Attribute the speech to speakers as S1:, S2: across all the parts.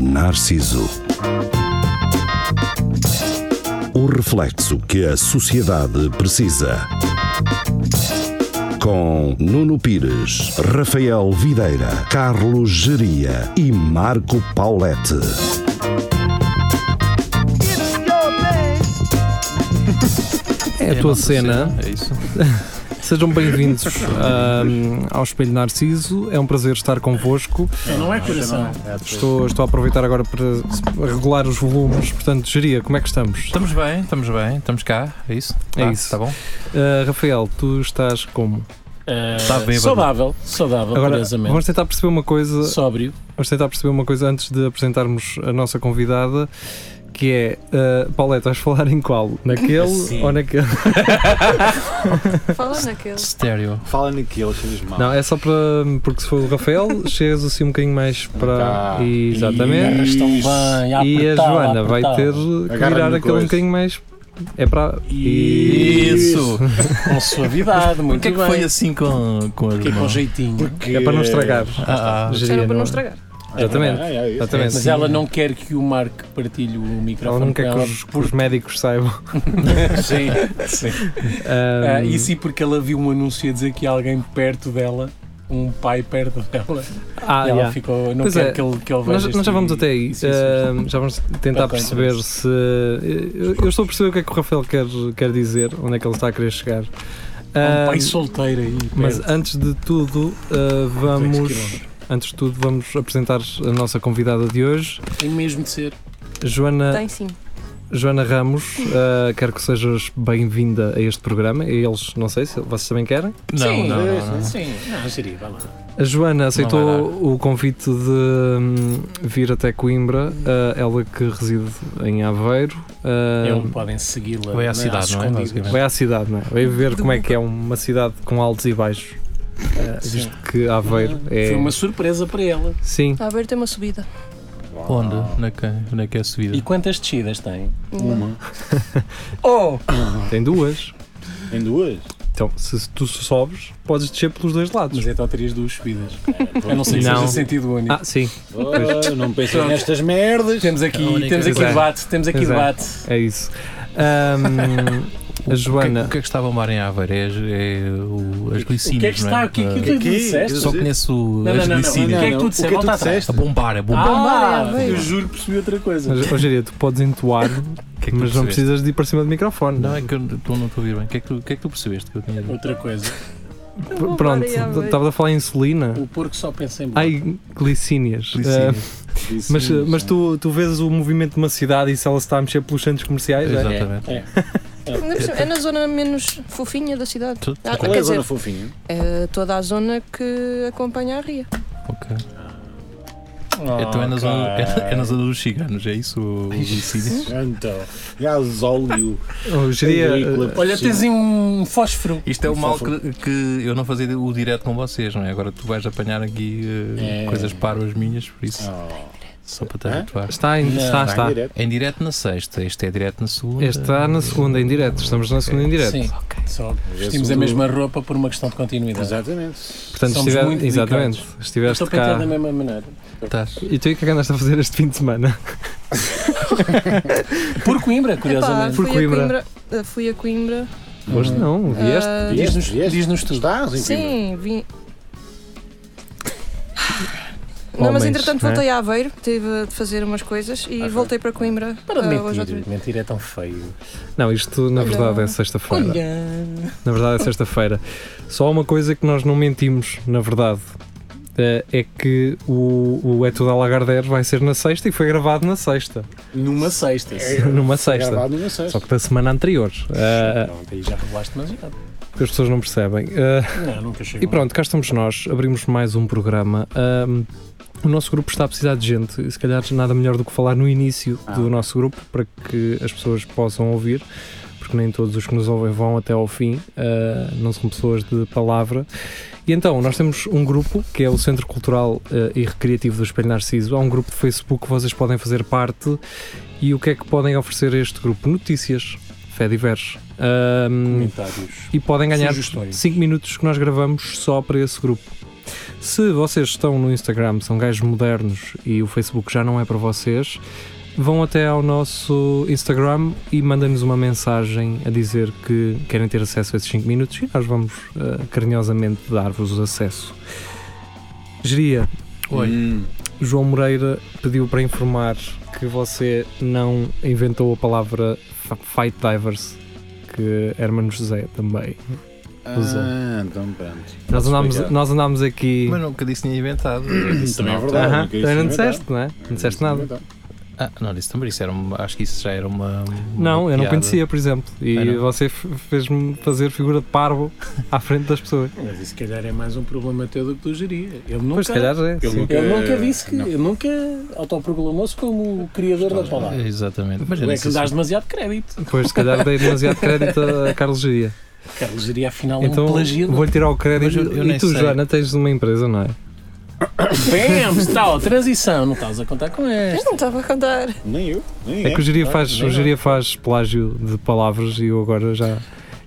S1: Narciso. O reflexo que a sociedade precisa. Com Nuno Pires, Rafael Videira, Carlos Geria e Marco Paulette.
S2: É a tua cena.
S3: É isso.
S2: Sejam bem-vindos ahm, ao Espelho Narciso. É um prazer estar convosco.
S4: Não é coração.
S2: Estou, estou a aproveitar agora para regular os volumes. Portanto, Geria, como é que estamos?
S3: Estamos bem, estamos bem, estamos cá, é isso?
S2: É
S3: Tá,
S2: isso.
S3: Tá bom?
S2: Ah, Rafael, tu estás como?
S4: Eh,
S3: Está bêbado.
S4: saudável, saudável,
S2: Agora,
S4: curiosamente.
S2: vamos tentar perceber uma coisa.
S4: Sóbrio.
S2: Vamos tentar perceber uma coisa antes de apresentarmos a nossa convidada, que é ah, Pauleta, vais falar em qual? Naquele
S4: Assim.
S2: ou naquele?
S5: Fala naquele.
S3: Estéreo.
S6: Fala naquilo, chegas mal.
S2: Não, é só para. Porque se for o Rafael, chegas assim um bocadinho mais para.
S6: Tá.
S2: Exatamente.
S6: Ih,
S4: Estão
S6: Isso.
S4: bem, a
S2: E a
S4: apertar,
S2: Joana
S4: a
S2: vai
S4: apertar.
S2: ter que
S6: Agarra-me
S2: virar
S6: no
S2: aquele um
S6: coice.
S2: bocadinho mais. É para.
S3: Isso!
S4: Com suavidade, muito
S3: Porquê é que
S4: bem. é
S3: foi assim com, com a
S4: Fiquei com
S3: irmã?
S4: jeitinho.
S6: Porque...
S2: É para não estragar.
S3: Ah, ah.
S2: Geria,
S5: Era para
S2: não
S5: não
S2: é?
S5: estragar.
S2: Exatamente.
S6: É, é, é isso.
S2: Exatamente.
S4: Mas
S2: sim.
S4: ela não quer que o Marco partilhe o
S2: assim. Ela
S4: microfone
S2: não quer
S4: com
S2: que
S4: ela.
S2: os, que os médicos saibam.
S4: sim, sim. Ah,
S2: Ahm,
S4: e sim, porque ela viu um anúncio a dizer que alguém perto dela, um pai perto dela,
S2: ah,
S4: e ela
S2: yeah.
S4: ficou, não
S2: Pois
S4: quer
S2: é.
S4: que ele, que ele veja
S2: Nós, nós já
S4: este
S2: vamos até aí.
S4: isso, isso.
S2: Ahm, já vamos tentar
S4: Ok,
S2: perceber
S4: então.
S2: se. Eu, eu estou a perceber o que é que o Rafael quer, quer dizer, onde é que ele está a querer chegar.
S4: Há Um
S2: Ahm,
S4: pai solteiro aí.
S2: Ah, hum, mas
S4: perto.
S2: antes de tudo, ah, vamos. Antes de tudo, vamos apresentar a nossa convidada de hoje,
S4: Tem mesmo de ser.
S2: Joana
S5: Tem sim.
S2: Joana Ramos, eh, quero que sejas bem-vinda a este programa. E Eles, não sei se vocês também querem.
S3: Não,
S4: sim, eh,
S3: não, não, não.
S4: Sim, não, seria, vai lá.
S2: A Joana
S3: vai
S2: aceitou o convite de hum, vir até Coimbra, eh, ela que reside em Aveiro. eh,
S4: É onde podem segui-la.
S3: Vai à
S4: né,
S3: cidade,
S4: às
S3: não é,
S4: escondidas.
S3: basicamente.
S2: Vai à cidade, não é? Vai ver como é que é uma cidade com altos e baixos. eh,
S4: Ah, Sim.
S2: visto que Aveiro é.
S4: Foi uma surpresa para ela.
S2: Sim,
S5: Está a ver, tem uma subida.
S3: Onde? Onde é, que, onde é que é a subida?
S4: E quantas descidas tem?
S6: Uma.
S4: Oh!
S2: tem duas.
S6: Em duas?
S2: Então, se tu sobes, podes descer pelos dois lados.
S4: Mas então terias duas subidas. A É, não ser que
S2: Não.
S4: seja sentido único.
S2: Ah, sim,
S6: Oh, não pensei nestas merdas.
S4: Temos aqui, temos aqui
S2: Exato.
S4: debate, temos aqui
S2: Exato.
S4: debate.
S2: é isso. Ahm,
S3: O-
S2: a Joana.
S3: O que, é- o que é que está a bombar em Aveiro? É, é o, as
S4: O
S3: glicínias,
S4: que é que está?
S3: não Ah,
S4: O que é que tu
S6: Aqui,
S4: disseste?
S6: eu
S3: Só conheço as
S4: Não, não, não, não.
S3: glicínias.
S4: O que é que tu
S6: O
S4: disseste?
S6: que é que tu
S4: Volta atrás.
S6: disseste?
S3: A bombar, a bombar.
S4: Ah,
S5: Bombar, é,
S4: eu
S5: veio.
S4: juro que percebi outra coisa.
S2: Mas, oh, Jeria, tu podes entoar,
S3: O que é que tu
S2: mas não
S3: percebeste?
S2: precisas de ir para cima do microfone.
S3: Não, é que eu tu não estou a ouvir bem. O que é que tu, o que é que tu percebeste que eu tinha dito?
S4: Outra coisa.
S2: P- Pronto, estava a falar em insulina.
S4: O porco só pensa em bolo.
S2: Ai, glicínias. Ah,
S3: Glicínias.
S2: mas mas tu, tu vês o movimento de uma cidade e se ela se está a mexer pelos centros comerciais, é?
S3: Exatamente.
S5: É na zona menos fofinha da cidade.
S3: Tu-
S5: Ah,
S6: Qual é
S5: quer
S6: a zona
S5: dizer,
S6: fofinha?
S5: é toda a zona que acompanha a Ria.
S3: Ok.
S4: Oh,
S3: Então é na, zona,
S4: cara.
S3: é, é na zona dos ciganos, é isso? O glicínios?
S6: Então, gasóleo.
S2: Oh, Jeria,
S4: Olha, tens aí um fósforo.
S3: Isto é o
S6: Por
S3: mal
S6: favor.
S3: que, que eu não fazia o direto com vocês, não é? Agora tu vais apanhar aqui eh,
S6: É. Ah.
S3: coisas para as minhas, por isso,
S6: Oh,
S3: só para te
S6: Hã?
S3: habituar.
S2: está, em,
S4: Não,
S2: está, está.
S3: Em direto na sexta, este é direto na segunda.
S2: Está na segunda, em direto. Estamos na segunda, em direto.
S4: Sim, só vestimos a mesma roupa por uma questão de
S6: é,
S4: continuidade.
S6: Exatamente.
S2: Portanto,
S4: Somos
S2: estiver-
S4: muito
S2: exatamente,
S4: Eu
S2: estiveste
S4: Estou penteado
S2: cá.
S4: da mesma maneira.
S3: Estás.
S2: E tu e o que é que andaste a fazer este fim de semana?
S4: Por Coimbra,
S5: Epá,
S4: curiosamente.
S2: Por
S5: fui
S2: Coimbra.
S5: A Coimbra eh, fui a Coimbra.
S2: Hoje não, vieste.
S5: ah,
S6: Diz-nos, diz-nos.
S4: diz-nos tu.
S6: Estás em Coimbra?
S5: sim, vim. Não,
S2: Ah. Homens,
S5: mas entretanto
S2: não é?
S5: voltei a Aveiro, tive de fazer umas coisas e voltei para Coimbra.
S4: Para de
S5: ah, hoje
S4: mentir.
S5: outra vez.
S4: Mentir é tão feio.
S2: Não, isto na
S5: Olha.
S2: verdade é sexta-feira.
S4: Olha.
S2: Na verdade é sexta-feira. Só há uma coisa que nós não mentimos, na verdade. eh, É que o, o É Tudo a Lagardère vai ser na sexta e foi gravado na sexta.
S4: Numa sexta.
S6: É.
S4: sim.
S2: Numa sexta.
S6: Gravado numa sexta.
S2: Só que da semana anterior. Eh,
S4: Pronto, aí já revelaste demasiado.
S2: porque as pessoas não percebem. Eh,
S4: Não, nunca chegou.
S2: e pronto, cá estamos nós. Abrimos mais um programa. Ahm, o nosso grupo está a precisar de gente. e Se calhar nada melhor do que falar no início do nosso grupo para que as pessoas possam ouvir. Porque nem todos os que nos ouvem vão até ao fim. eh, não são pessoas de palavra. E então, nós temos um grupo que é o Centro Cultural eh, e Recreativo do Espelho Narciso. Há um grupo de Facebook que vocês podem fazer parte. E o que é que podem oferecer a este grupo? Notícias, fé diversos. Ahm,
S4: Comentários.
S2: e podem ganhar
S4: Sugestões.
S2: 5 minutos que nós gravamos só para esse grupo. Se vocês estão no Instagram, são gajos modernos e o Facebook já não é para vocês, vão até ao nosso Instagram e mandem-nos uma mensagem a dizer que querem ter acesso a esses 5 minutos e nós vamos eh, carinhosamente dar-vos o acesso. Geria, Oi.
S6: Hum,
S2: João Moreira pediu para informar que você não inventou a palavra fa- Fight Divers, que Hermano José também. Usou.
S6: ah, então pronto.
S2: Nós andámos,
S6: Obrigado.
S2: nós andámos aqui.
S3: Mas nunca disse tinha inventado. Eu disse
S6: Também é
S3: não.
S6: verdade.
S2: Aham,
S6: nunca
S2: também não
S6: isso é
S2: disseste, não é? Não disseste nada.
S6: Então.
S3: Ah, não disse também. Isso era uma, acho que isso já era uma. uma
S2: Não, eu não
S3: piada.
S2: conhecia, por exemplo.
S3: Ah,
S2: E
S3: não.
S2: você f- fez-me fazer figura de parvo à frente das pessoas.
S4: Mas isso se calhar é mais um problema teu do que tu geria. Ele nunca,
S2: Pois, se calhar é.
S6: Eu
S2: sim.
S6: nunca-
S4: ele nunca disse que.
S6: Não.
S4: Ele nunca autoproclamou-se como o criador da palavra.
S3: Exatamente. Mas eu
S4: Tu é
S3: não
S4: que
S3: sei
S4: lhe
S3: se-
S4: dás demasiado crédito.
S2: Pois, se calhar dei demasiado crédito a Carlos Geria.
S4: Carlos geria afinal
S2: Então,
S4: um plagiador.
S2: vou-lhe tirar o crédito.
S3: Mas eu- eu
S2: e
S3: nem
S2: tu,
S3: sei.
S2: Joana, tens uma empresa, não é?
S4: Bam! Está, ó, transição. Não estás a contar com
S5: Eu
S4: esta.
S5: não estava a contar.
S6: Nem eu. Nem
S2: É que o Geria
S6: Ah,
S2: faz,
S6: nem
S2: o
S6: eu.
S2: Geria faz plágio de palavras e eu agora já.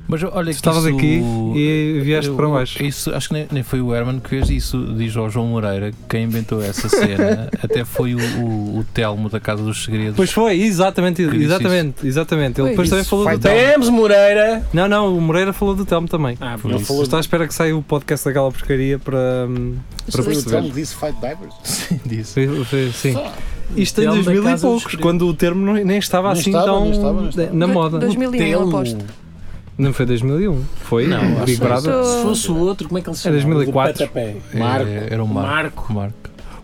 S3: Mas olha que
S2: Estavas
S3: isso-
S2: aqui e vieste
S3: eu-
S2: para baixo.
S3: Isso, acho que nem, nem foi o Herman que fez isso, diz ao João Moreira, que quem inventou essa cena, até foi o, o, o Telmo da Casa dos Segredos.
S2: Pois foi, exatamente,
S3: Que disse
S2: exatamente, exatamente. Ele
S5: Foi
S2: depois também
S5: isso.
S2: falou do Telmo.
S4: Vamos, Moreira!
S2: Não, não, o Moreira falou do Telmo também.
S4: Ah,
S3: Por
S6: Ele
S3: isso.
S6: falou
S2: Estou à espera que saia o podcast daquela porcaria para. hum, Para
S6: Foi o
S2: perceber.
S6: Telmo que disse Fight Divers.
S3: disse.
S2: foi- foi- Sim. Isto em
S4: Telmo da
S2: 2000 e
S4: Casa dos
S2: poucos,
S4: Segredos.
S2: quando o termo não- nem estava
S6: Não
S2: assim
S6: estava,
S2: tão
S6: não estava, não estava.
S2: na moda.
S5: 2001, aposto.
S2: Não foi 2001, foi?
S3: Não,
S2: É Big
S3: acho que-
S2: Brother.
S4: Se fosse o outro, como é que ele se
S2: É
S4: chama?
S2: 2004.
S4: O do pontapé.
S6: Marco.
S3: É, era o Marco.
S4: Marco.
S3: Marco.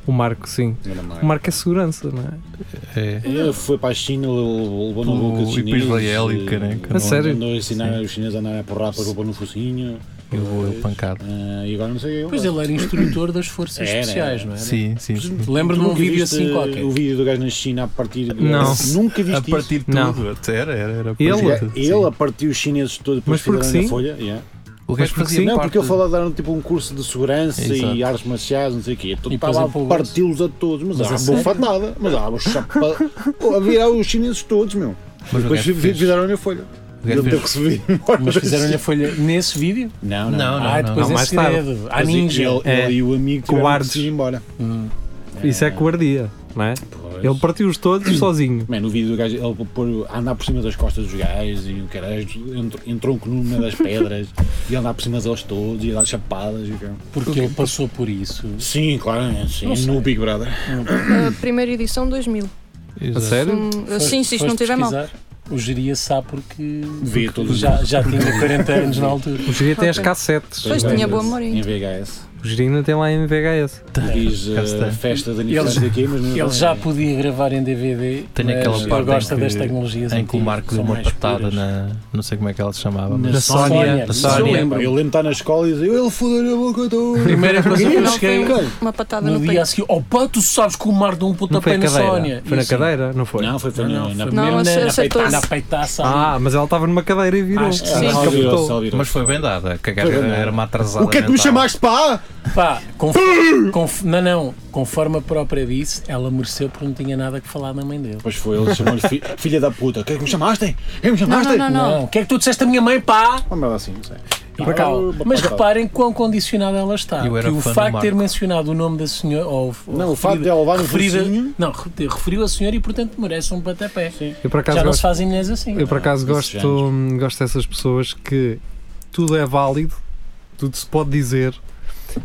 S2: O Marco, sim.
S6: Era
S2: O
S6: Marco.
S2: Marco é segurança, não é?
S3: É.
S6: Ele foi para a China, levou na
S3: O-
S6: boca dos
S3: e para
S6: chineses.
S3: Israel e o caraca.
S2: A sério?
S6: Andou a ensinar os chineses a andarem a porrar para roupa no focinho.
S3: Eu vou eu pancado.
S6: Ah, e agora não sei eu.
S4: Pois ele era instrutor das forças
S6: Era,
S4: especiais,
S6: era.
S4: não era?
S3: Sim, sim. sim.
S4: Lembro-me de um vídeo assim qualquer.
S6: O vídeo do gajo na China a partir do.
S2: Não.
S6: Nunca
S3: A
S6: viste isso.
S3: partir de
S2: Não.
S3: tudo, até era, era. era
S2: Ele?
S6: Os ga-
S3: tudo, sim.
S6: Ele a partir os chineses todos depois
S2: Mas porque
S6: fizeram
S2: sim?
S6: na folha. yeah.
S3: O
S2: Mas
S3: gajo
S2: porque
S3: fazia
S2: sim,
S6: Não,
S3: parte
S6: porque ele falou dar tipo um curso de segurança e
S3: Exato.
S6: artes marciais, não sei o quê. Tu
S4: E depois
S6: estava a
S4: empolgou-se.
S6: parti-los a todos, mas,
S4: Mas
S6: ah,
S4: a
S6: não faz nada. Mas ah, vou chapa a virar os chineses todos, meu.
S3: Mas o
S6: Depois
S3: gajo fez-
S6: viraram-lhe a folha.
S3: o gajo
S6: Ele teve
S3: fez-
S6: que se vir.
S4: Mas fizeram-lhe a folha nesse vídio?
S6: Não,
S3: Não, não,
S4: ah, depois
S3: não.
S4: é
S2: mais
S4: segredo. Há
S6: Mas
S4: ninja.
S6: Ele,
S2: É.
S6: ele e o amigo tiveram que
S2: Cobardes.
S6: se ir embora.
S4: Hum.
S2: Isso é cobardia, não é? Ele partiu-os todos sozinho.
S6: Mano, o vídeo do gajo, ele pôr, a andar por cima das costas dos gajos e o caralho entr- entronco numa das pedras e andar por cima deles todos e a dar chapadas e o caralho.
S4: Porque ele passou por isso.
S6: Sim, claro,
S4: Não
S6: sim.
S4: sei.
S6: No Big Brother.
S5: A primeira edição 2000.
S2: A
S3: Exato.
S2: sério?
S5: Hum, sim, se isto não estiver mal.
S4: pesquisar? O geria sabe porque
S6: Vê
S4: porque
S6: todos os
S4: já, já tinha 40 anos na altura.
S2: O Geria tem as
S5: Ok.
S2: cassetes.
S5: Pois
S6: Em
S5: tinha
S6: VHS.
S5: boa memória.
S6: Em VHS.
S2: O Geria ainda tem lá em VHS.
S3: Então
S6: Diz
S3: cá está.
S6: a eh, festa de aniversário daqui, mas não é.
S4: Ele
S6: vai.
S4: já podia gravar em DVD,
S3: Tem
S4: mas
S3: aquela parte em
S4: gosta
S3: que-
S4: das tecnologias
S3: Em que o
S4: antigas,
S3: Marco deu
S4: são
S3: uma
S4: mais
S3: patada
S4: puras.
S3: na. Não sei como é que ela se chamava.
S6: Na
S3: mas-
S6: Sónia.
S4: Sónia.
S3: Da
S4: Isso
S3: Sónia.
S4: Eu
S6: Eu
S4: lembro.
S6: lembro de estar na escola e dizer ele fodeu a boca toda.
S4: Primeira coisa que eu
S5: Não
S6: um-
S4: cheguei
S5: foi uma patada no,
S4: no dia a
S5: peito.
S4: seguir, oh pá, tu sabes que o Marco deu um
S2: Não
S4: pontapé
S2: foi a
S4: na Sónia.
S2: cadeira? Foi na
S4: Isso.
S2: cadeira? Não foi?
S6: Não, foi foi
S4: Não,
S6: na- na
S4: foi
S5: Não,
S4: mesmo na, na,
S5: acertou-se.
S4: peita- na peitaça.
S2: Ah, mas ela estava numa cadeira e virou.
S4: Acho que
S6: Ah,
S4: sim.
S6: ela virou-se,
S2: Capotou.
S6: ela virou-se.
S3: Mas foi bem dada, que a gaja
S6: Foi bem
S3: era,
S6: dada.
S3: era uma atrasada.
S6: O que é que me
S3: mental.
S6: chamaste pá?
S4: Pá, conf- conf- não, não, conforme a própria disse, ela mereceu porque não tinha nada que falar da mãe dele.
S6: Pois foi, ele chamou-lhe fi- filha da puta. Que é que me chamaste? Que me
S5: Não,
S6: chamaste?
S5: não, não, não.
S4: O que é que tu disseste à minha mãe, pá?
S6: Uma merda assim, não sei.
S4: E pá, Mas reparem quão condicionada ela está.
S3: Eu era
S4: Que o
S3: fã do
S4: facto de ter
S3: Marco.
S4: mencionado o nome da senhora. Ou, ou
S6: Não, o
S4: referida-
S6: facto de ela levar no
S4: referida-
S6: focinho.
S4: Não, re- referiu a senhora e portanto merece um pontapé.
S2: Eu por acaso
S4: Já não se
S2: gosto,
S4: fazem mulheres assim.
S2: eu por acaso
S6: Desse
S2: gosto,
S6: género.
S2: hum, gosto dessas pessoas que tudo é válido, tudo se pode dizer,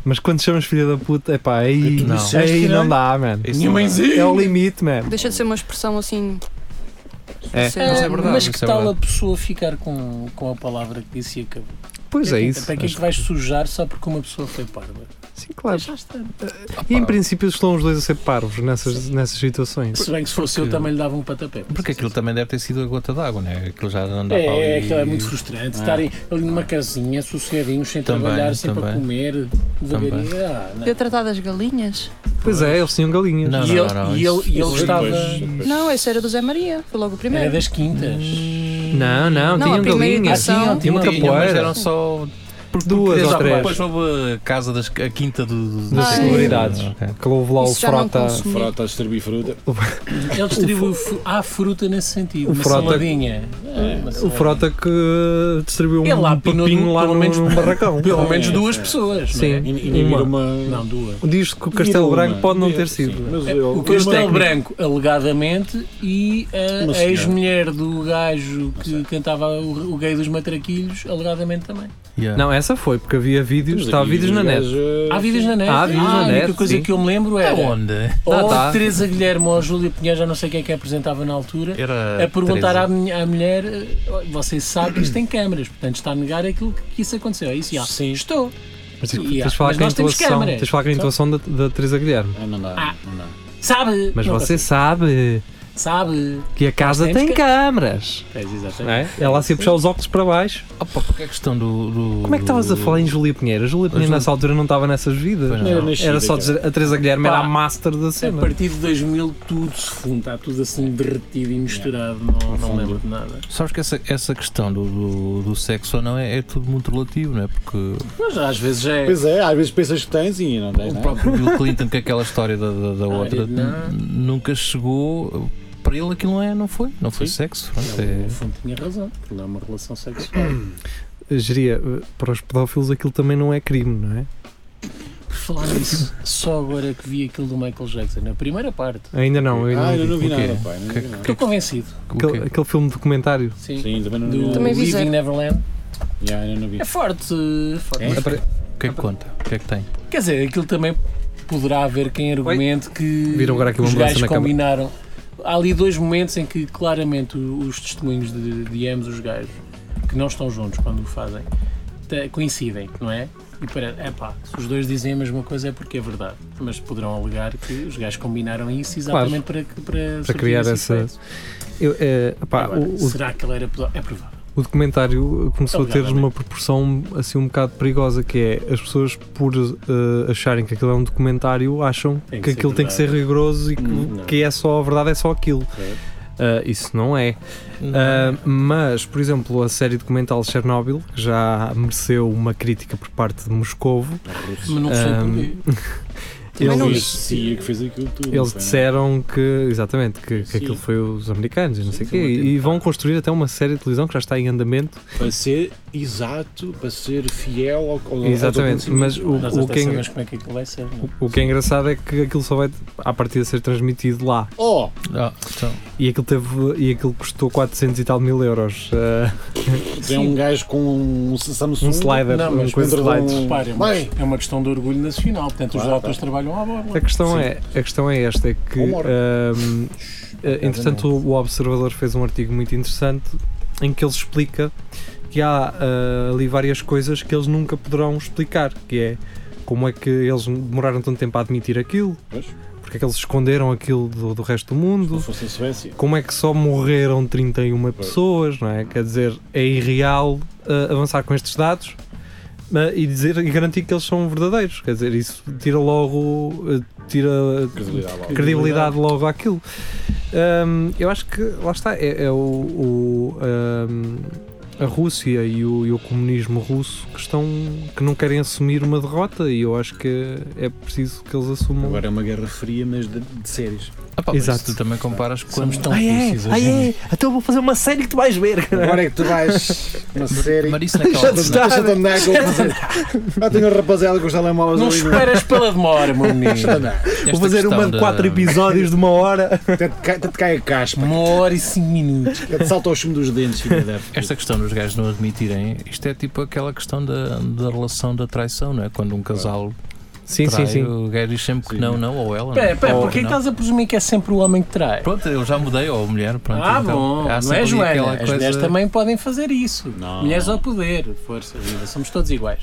S2: mas quando chamas filha da puta, epá, aí,
S3: Não.
S2: aí não dá, man.
S3: Isso não dá.
S2: É o limite, man.
S5: Deixa de ser uma expressão assim.
S2: É.
S5: sei
S4: É,
S5: lá.
S3: Mas é verdade.
S4: mas que
S3: isso é
S4: tal a
S3: verdade.
S4: pessoa ficar com, com a palavra que disse e acabou?
S2: Pois é isso.
S4: Para que é que vais sujar só porque uma pessoa foi parva?
S2: Sim, claro.
S4: Já está.
S2: E em princípio estão os dois a ser parvos nessas, nessas situações.
S4: Se bem que se fosse eu também lhe dava um pontapé.
S3: Porque aquilo também deve ter sido a gota d'água, né? Aquilo já andava ali. Ah.
S4: É, é, aquilo é muito frustrante. Estarem ali numa casinha, sossegadinhos, sem
S3: Também,
S4: trabalhar, sem para
S3: também.
S4: comer, devagarinho. Ah, não.
S5: Eu tratar das galinhas?
S2: Pois é, eles tinham galinhas.
S3: Não,
S4: E
S3: não,
S4: ele-
S3: não,
S4: e
S3: isso-
S4: ele- e ele
S6: isso
S4: estava.
S6: depois-
S5: Não, esse era do Zé Maria. Foi logo o
S4: Era
S5: primeiro.
S4: das quintas.
S2: Não, não,
S5: Não, a
S2: tinham
S5: primeira
S2: galinhas.
S5: edição-
S2: Tinham
S4: Tinha,
S3: Tinha, mas
S2: capoeira.
S3: eram só Porque
S2: Duas
S3: depois-
S2: ou três.
S3: Depois houve a casa das, a quinta do, do-
S2: das
S4: é.
S5: Ai.
S2: celebridades. Que houve lá o
S5: Isso já não
S2: frota.
S5: consumo.
S6: Frota, distribuir fruta.
S4: Ele distribui. fu- Há fruta nesse sentido.
S2: O
S4: uma
S2: frota-
S4: saladinha. É, uma
S2: O
S4: salada.
S2: Frota que distribuiu
S4: Ele lá
S2: um
S4: apinou
S2: papinho
S4: du-
S2: lá
S4: pelo
S2: no,
S4: menos- um
S2: no barracão.
S4: Pelo menos
S6: É,
S4: duas
S6: é.
S4: pessoas.
S2: Sim.
S4: Não, é?
S6: Inibir
S2: Uma.
S6: uma.
S4: Não, duas.
S2: Diz que o Castelo
S6: Inibir uma.
S2: Branco pode não ter
S6: Sim,
S2: sido.
S6: Mas
S4: É,
S6: eu-
S4: o Castelo
S2: técnico.
S4: Branco, alegadamente, e
S6: Uma
S4: a
S6: senhora.
S4: ex-mulher do gajo que cantava o, o gay dos matraquilhos, alegadamente também.
S3: Yeah.
S2: Não, essa foi, porque havia vídeos,
S6: Temos
S2: está
S6: aqui
S2: vídeos na
S6: um
S2: net.
S6: gajo,
S4: Há vídeos na net. Ah,
S2: Há vídeos na
S4: a única
S2: net,
S4: coisa
S2: sim.
S4: que eu me lembro
S3: É
S4: era
S3: onde?
S4: ou
S2: Ah, tá.
S4: a Oh, Teresa Guilherme ou a Júlia Pinheiro, já não sei quem é que apresentava na altura,
S3: Era
S2: É
S4: a perguntar à,
S3: Teresa.
S4: minha- à mulher: "Oh, Você sabe que isto tem câmaras, portanto está a negar aquilo que, que isso aconteceu. É isso, já.
S6: Sim.
S4: Estou.
S2: Mas
S4: Sim,
S2: tens
S4: yeah.
S2: de falar
S4: Mas
S2: com a
S4: nós temos
S2: intuação,
S4: câmaras.
S2: tens de falar com a intuação da, da Teresa Guilherme.
S6: Ah, não dá.
S4: Ah.
S6: Não dá.
S4: Sabe?
S2: Mas
S4: Não,
S2: você sabe
S4: Sabe?
S2: que a casa
S4: temos
S2: tem
S4: que-
S2: câmaras.
S4: É, exatamente.
S2: não é? Ela assim a puxar os óculos para baixo.
S3: Ah, pá, porque a questão do, do-
S2: Como é que estavas a falar em Júlia Pinheiro? A Júlia Pinheiro
S3: Uh. Júlia-
S2: nessa altura não estava nessas vidas.
S3: Pois não.
S6: Não era nascida,
S2: Era só
S6: cara.
S2: dizer, assim, é? a Teresa Guilherme era
S4: Pá,
S2: a master da
S4: A
S2: cena.
S4: partir de 2000 tudo se funde, está tudo assim derretido e misturado, não, não
S6: Fundo.
S4: lembro de nada.
S3: Sabes que essa, essa questão do, do, do sexo ou não é, é tudo muito relativo, não é? Porque
S4: Mas às vezes é.
S6: Pois é, às vezes pensas que tens e não tens
S3: o
S6: nada.
S3: Um próprio Bill Clinton, com aquela história da, da,
S4: Ah,
S3: da outra,
S4: não.
S3: n- nunca chegou. Para ele aquilo não, é, não foi, não foi
S6: Sim.
S3: sexo. pronto,
S4: Ele,
S3: é-
S4: no fundo tinha razão, aquilo é uma relação sexual.
S2: Geria, uh, para os pedófilos aquilo também não é crime, não é?
S4: Por falar nisso, só agora é que vi aquilo do Michael Jackson, na primeira parte.
S2: Ainda não. ainda
S6: Ah,
S2: não
S6: eu não
S2: vi.
S6: vi
S3: O quê?
S6: nada, pai. Não vi nada.
S4: Estou convencido.
S3: o é,
S2: Aquele,
S3: quê?
S2: aquele filme documentário.
S4: Sim.
S6: Sim, também não
S4: Do
S5: Também vi
S4: Leaving
S5: zero.
S4: Neverland.
S6: Yeah, eu não vi.
S4: É forte, forte.
S6: É?
S3: O que é que conta? O que é que tem?
S4: Quer dizer, aquilo também poderá haver quem argumente que
S2: Viram agora aqui uma
S4: os
S2: ambulância
S4: gajos
S2: na câmara.
S4: combinaram. Há ali dois momentos em que claramente o- os testemunhos de, de ambos os gajos que não estão juntos quando o fazem te- coincidem, não é? E para, é pá, se os dois dizem a mesma coisa é porque é verdade, mas poderão alegar que os gajos combinaram isso exatamente para, que- para, surtir
S2: criar
S4: esse
S2: essa-
S4: efeito.
S2: Eu, é, pá,
S4: Agora,
S2: o, o-
S4: será que ele era pedó- É provável.
S2: o documentário começou a ter
S4: Alegadamente.
S2: uma proporção assim um bocado perigosa, que é as pessoas por eh, acharem que aquilo é um documentário acham
S4: Tem que
S2: que
S4: ser
S2: aquilo tem que ser
S4: verdade.
S2: rigoroso e que,
S6: Hum, não.
S2: que é só a verdade é só aquilo. Ah, isso não é. Ah, mas, por exemplo, a série documental de Chernobyl, que já mereceu uma crítica por parte de Moscovo,
S4: Mas não
S2: Ahm,
S4: sei porquê.
S5: Também não
S6: Foi a
S2: eles,
S6: CIA que fez aquilo tudo.
S2: eles
S6: foi, não? é?
S2: disseram que, exatamente, que, que
S6: Sim.
S2: aquilo foi os americanos e não sei o quê,
S6: Sim, foi um
S2: e
S6: atentado.
S2: vão construir até uma série de televisão que já está em andamento.
S6: Para ser exato, para ser fiel ao, ao- ao
S2: Exatamente, mas o-
S4: Nós
S2: o
S4: até
S2: que é-
S4: sabemos como é que aquilo vai ser. não é?
S2: O que é engraçado é que aquilo só vai, à partida, ser transmitido lá.
S6: Oh,
S3: Ah, então,
S2: E aquilo, teve, e aquilo custou 400 e tal mil euros. ah,
S6: tem um gajo com um Samsung.
S2: um slider,
S4: Não, mas
S2: com
S6: dentro de
S2: slides.
S6: um-
S4: Reparem,
S6: Bem.
S4: mas é uma questão de orgulho nacional, portanto os
S6: Claro,
S4: atores trabalham à
S2: A
S4: borla.
S2: questão,
S6: Sim.
S2: é, a questão é esta, é que
S6: Humor.
S2: ahm, eh, entretanto o Observador fez um artigo muito interessante em que ele explica que há ah, ali várias coisas que eles nunca poderão explicar, que é como é que eles demoraram tanto tempo a admitir aquilo,
S6: Pois.
S2: porque é que eles esconderam aquilo do, do resto do
S6: Se
S2: mundo,
S6: fosse a Suécia.
S2: como é que só morreram 31
S6: Pois.
S2: pessoas, não é? Quer dizer, é irreal ah, avançar com estes dados ah, e dizer e garantir que eles são verdadeiros. Quer dizer, isso tira logo ah, tira
S6: Credibilidade lá.
S2: credibilidade logo àquilo. Ahm, eu acho que lá está, é, é o, o, ahm, a Rússia e o, e o comunismo russo que estão que não querem assumir uma derrota e eu acho que é preciso que eles assumam.
S6: Agora é uma guerra fria, mas de, de séries.
S3: ah, pá, mas
S2: Exato. Ah, é?
S3: tu também comparas
S4: Somos
S3: quando
S4: tão precisos. hoje em dia.
S2: então vou fazer uma série que tu vais ver.
S6: Agora é que tu vais uma série.
S3: Mas isso naquela altura-
S6: é? Deixa-te andar com Ah, tenho um rapaziada com os telemóveis
S4: Não
S6: ali, não. é?
S4: esperas pela demora, meu
S6: Deixa-te
S4: menino.
S6: andar.
S3: esta questão da-
S2: episódios de uma hora.
S6: Até te cai- até te cai a caspa.
S4: Uma hora e cinco minutos.
S6: Até te salta o chumbo dos dentes, filha da puta.
S3: Esta questão dos gajos não admitirem, isto é tipo aquela questão da, da relação da traição, não é? Quando um casal
S2: Sim,
S3: trai,
S2: sim, sim.
S3: o gajo diz sempre que
S6: Sim.
S3: não, não, ou ela. não.
S4: Pera, pera,
S3: Ou
S4: porquê que
S3: não.
S4: estás a presumir que é sempre o homem que trai?
S3: Pronto, eu já mudei, ou a mulher, pronto.
S4: Ah,
S3: então,
S4: bom,
S3: há
S4: não é
S3: sempre
S4: Joana.
S3: aquela
S4: As
S3: coisa-
S4: mulheres também podem fazer isso.
S6: Não.
S4: Mulheres ao poder, força, vida, somos todos iguais.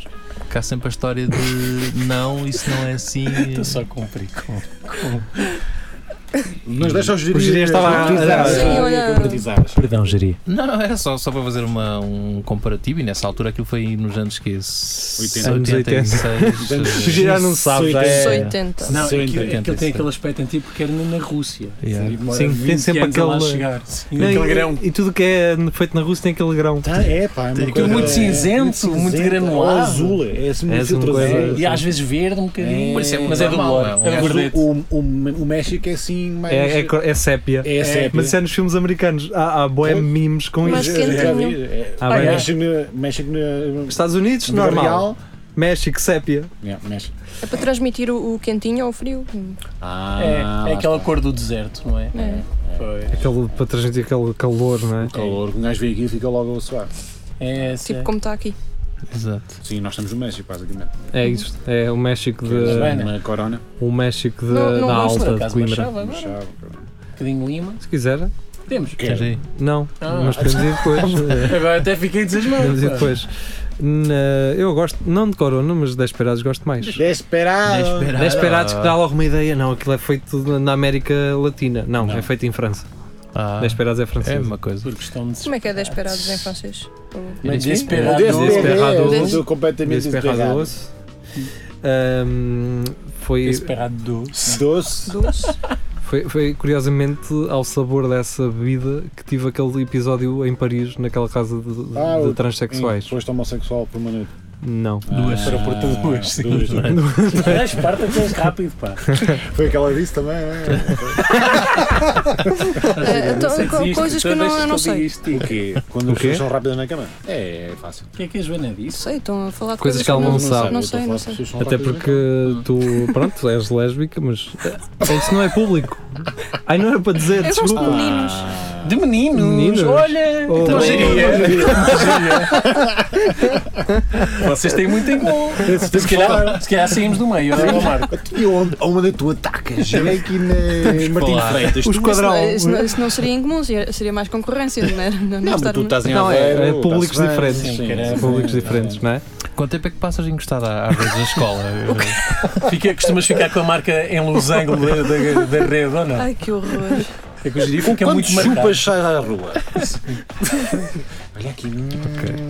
S3: que há sempre a
S4: Tá
S3: história de não, isso não é assim.
S4: Estou só a cumprir com, com,
S6: Mas deixa os
S2: O
S6: gerir.
S2: gerir estava a-
S5: Sim, olha.
S7: Perdão, Jeri.
S3: Não, não, era só, só para fazer uma, um comparativo e nessa altura aquilo foi nos anos que
S6: 80.
S3: 86.
S2: Já não sabe, já
S5: Sou
S2: é.
S5: 80.
S4: Não, aquilo,
S6: Sim,
S4: aquilo
S3: entendo
S4: tem
S3: isso.
S4: aquele aspecto antigo porque era na Rússia.
S2: Yeah.
S4: E demora
S2: Sim, tem
S4: 20
S2: sempre
S4: anos a lá
S2: aquele-
S4: chegar. Sim.
S2: Não,
S4: Aquele
S2: e-
S4: grão.
S2: E tudo que é feito na Rússia tem aquele grão.
S6: Ah, é, pá, é uma
S4: Aquilo muito cinzento, muito
S6: cinzenta,
S4: granulado.
S6: ou Azul, é assim
S2: É
S6: muito
S2: assim uma
S6: filtro
S2: coisa-
S6: azul.
S4: E às vezes verde um bocadinho.
S6: Mas isso é
S4: mas é do
S3: normal,
S4: Lore.
S3: não é?
S4: É
S6: Mas
S4: verdete.
S6: o, o, o, o México é assim mais.
S2: É, é, cor- é sépia.
S6: é, sépia.
S2: Mas isso é nos filmes americanos. Há, há boé
S6: É.
S2: memes com
S5: Mas
S2: isso.
S5: que
S6: Eu já vi, é-
S2: Há
S6: Ah,
S2: bué-
S6: México, na- México na-
S2: Estados Unidos,
S6: na vida
S2: normal.
S6: real.
S2: México, sépia.
S6: Yeah, México.
S5: É para transmitir o, o quentinho ou o frio.
S6: Ah,
S4: É, é
S6: lá
S4: aquela
S6: está.
S4: cor do deserto, não é?
S5: É.
S4: Foi.
S2: Aquele, para transmitir aquele calor, não é?
S6: O calor, que um gajo vem aqui e fica logo a suar.
S4: É essa.
S5: Tipo como está aqui.
S3: Exato.
S6: Sim, nós estamos no México, basicamente.
S2: É isto. É o México de.
S4: Bem,
S6: Na Corona.
S2: O México de-
S5: Não- não
S2: da
S5: gosto,
S4: Por
S2: alta de
S4: acaso,
S2: Coimbra.
S4: baixava
S6: no
S4: agora.
S6: chá,
S4: Um bocadinho de lima.
S2: Se quiser,
S4: Temos.
S3: Tens aí?
S2: não.
S4: Ah.
S2: Mas podemos ir depois.
S4: Agora até fiquei entusiasmado.
S2: podemos ir
S4: pá.
S2: depois. Na- eu gosto, não de Corona, mas de Esperados gosto mais.
S6: Desperado.
S2: De Esperados que dá logo uma ideia. Não, aquilo é feito na América Latina. Não,
S6: Não.
S2: é feito em França.
S3: Ah,
S2: De Esperados é
S3: é a
S2: francês.
S3: mesma coisa.
S4: Por questão de
S5: Como é que é desesperados em francês?
S4: Mas
S3: Sim.
S4: desesperado.
S2: Desesperado.
S6: Eu estou completamente
S2: Desperado
S6: desesperado.
S2: Doce. Ahm, é Hum, foi,
S4: Desesperado doce.
S6: Doce.
S5: Doce.
S2: foi, foi curiosamente ao sabor dessa bebida que tive aquele episódio em Paris, naquela casa de, de-
S6: Ah,
S2: de
S6: o- Ah,
S2: transexuais.
S6: Foste homossexual por uma noite.
S2: Não.
S4: Duas. Para pôr tudo duas, sim. Ah, Esparta tens rápido, pá.
S6: Foi aquela disse também, não é?
S5: então,
S4: sei
S5: co-
S4: dizer isto,
S5: coisas que eu
S4: então
S5: não-
S4: deixa
S5: eu não
S4: que eu
S5: sei.
S4: diga isto, tio.
S6: O quê? Quando
S2: O
S6: as
S2: quê?
S6: pessoas são rápidas na cama? É, é fácil.
S4: O que é que a Joana disse?
S5: Sei, estão a falar de
S2: Coisas
S5: coisas,
S2: que ela não
S5: eu
S2: sabe.
S5: Não
S6: Eu
S5: sei,
S6: estou a falar
S5: não
S6: de
S5: sei.
S6: pessoas que são
S2: Até
S6: rápidas na
S2: porque tu, pronto, és lésbica, mas eh, isso não é público. Ai, não era para dizer,
S5: Eu gosto de
S2: desculpa.
S5: meninos.
S6: Ah.
S4: De meninos.
S2: Meninos.
S4: Olha.
S2: Oh.
S4: então
S6: É,
S2: Também-
S4: giria. Giria. Vocês têm muito em comum. é. Se calhar, se calhar saímos do meio, não é, Marco?
S6: cama. E onde, onde tu atacas? É aqui na Martins
S3: falar.
S6: Freitas.
S2: O
S6: Tu-
S2: esquadrão.
S5: Isso, não- isso não- isso não seria incomum, seria seria mais concorrência, não era? Não,
S6: Não, mas tu estás em
S2: Não, é-
S6: Aveiro,
S2: é
S6: estás
S2: públicos
S6: bem,
S2: diferentes.
S6: sim,
S4: Sim,
S6: sim,
S4: sim.
S2: Públicos diferentes, não é?
S3: Quanto tempo é que passas encostado à à rede da escola?
S4: Fica, costumas ficar com a marca em losango da, da, da rede ou não?
S5: Ai que horror.
S4: É que o giri fica
S6: Quando
S4: muito marcado.
S6: chupas sai à rua. Olha aqui. hum,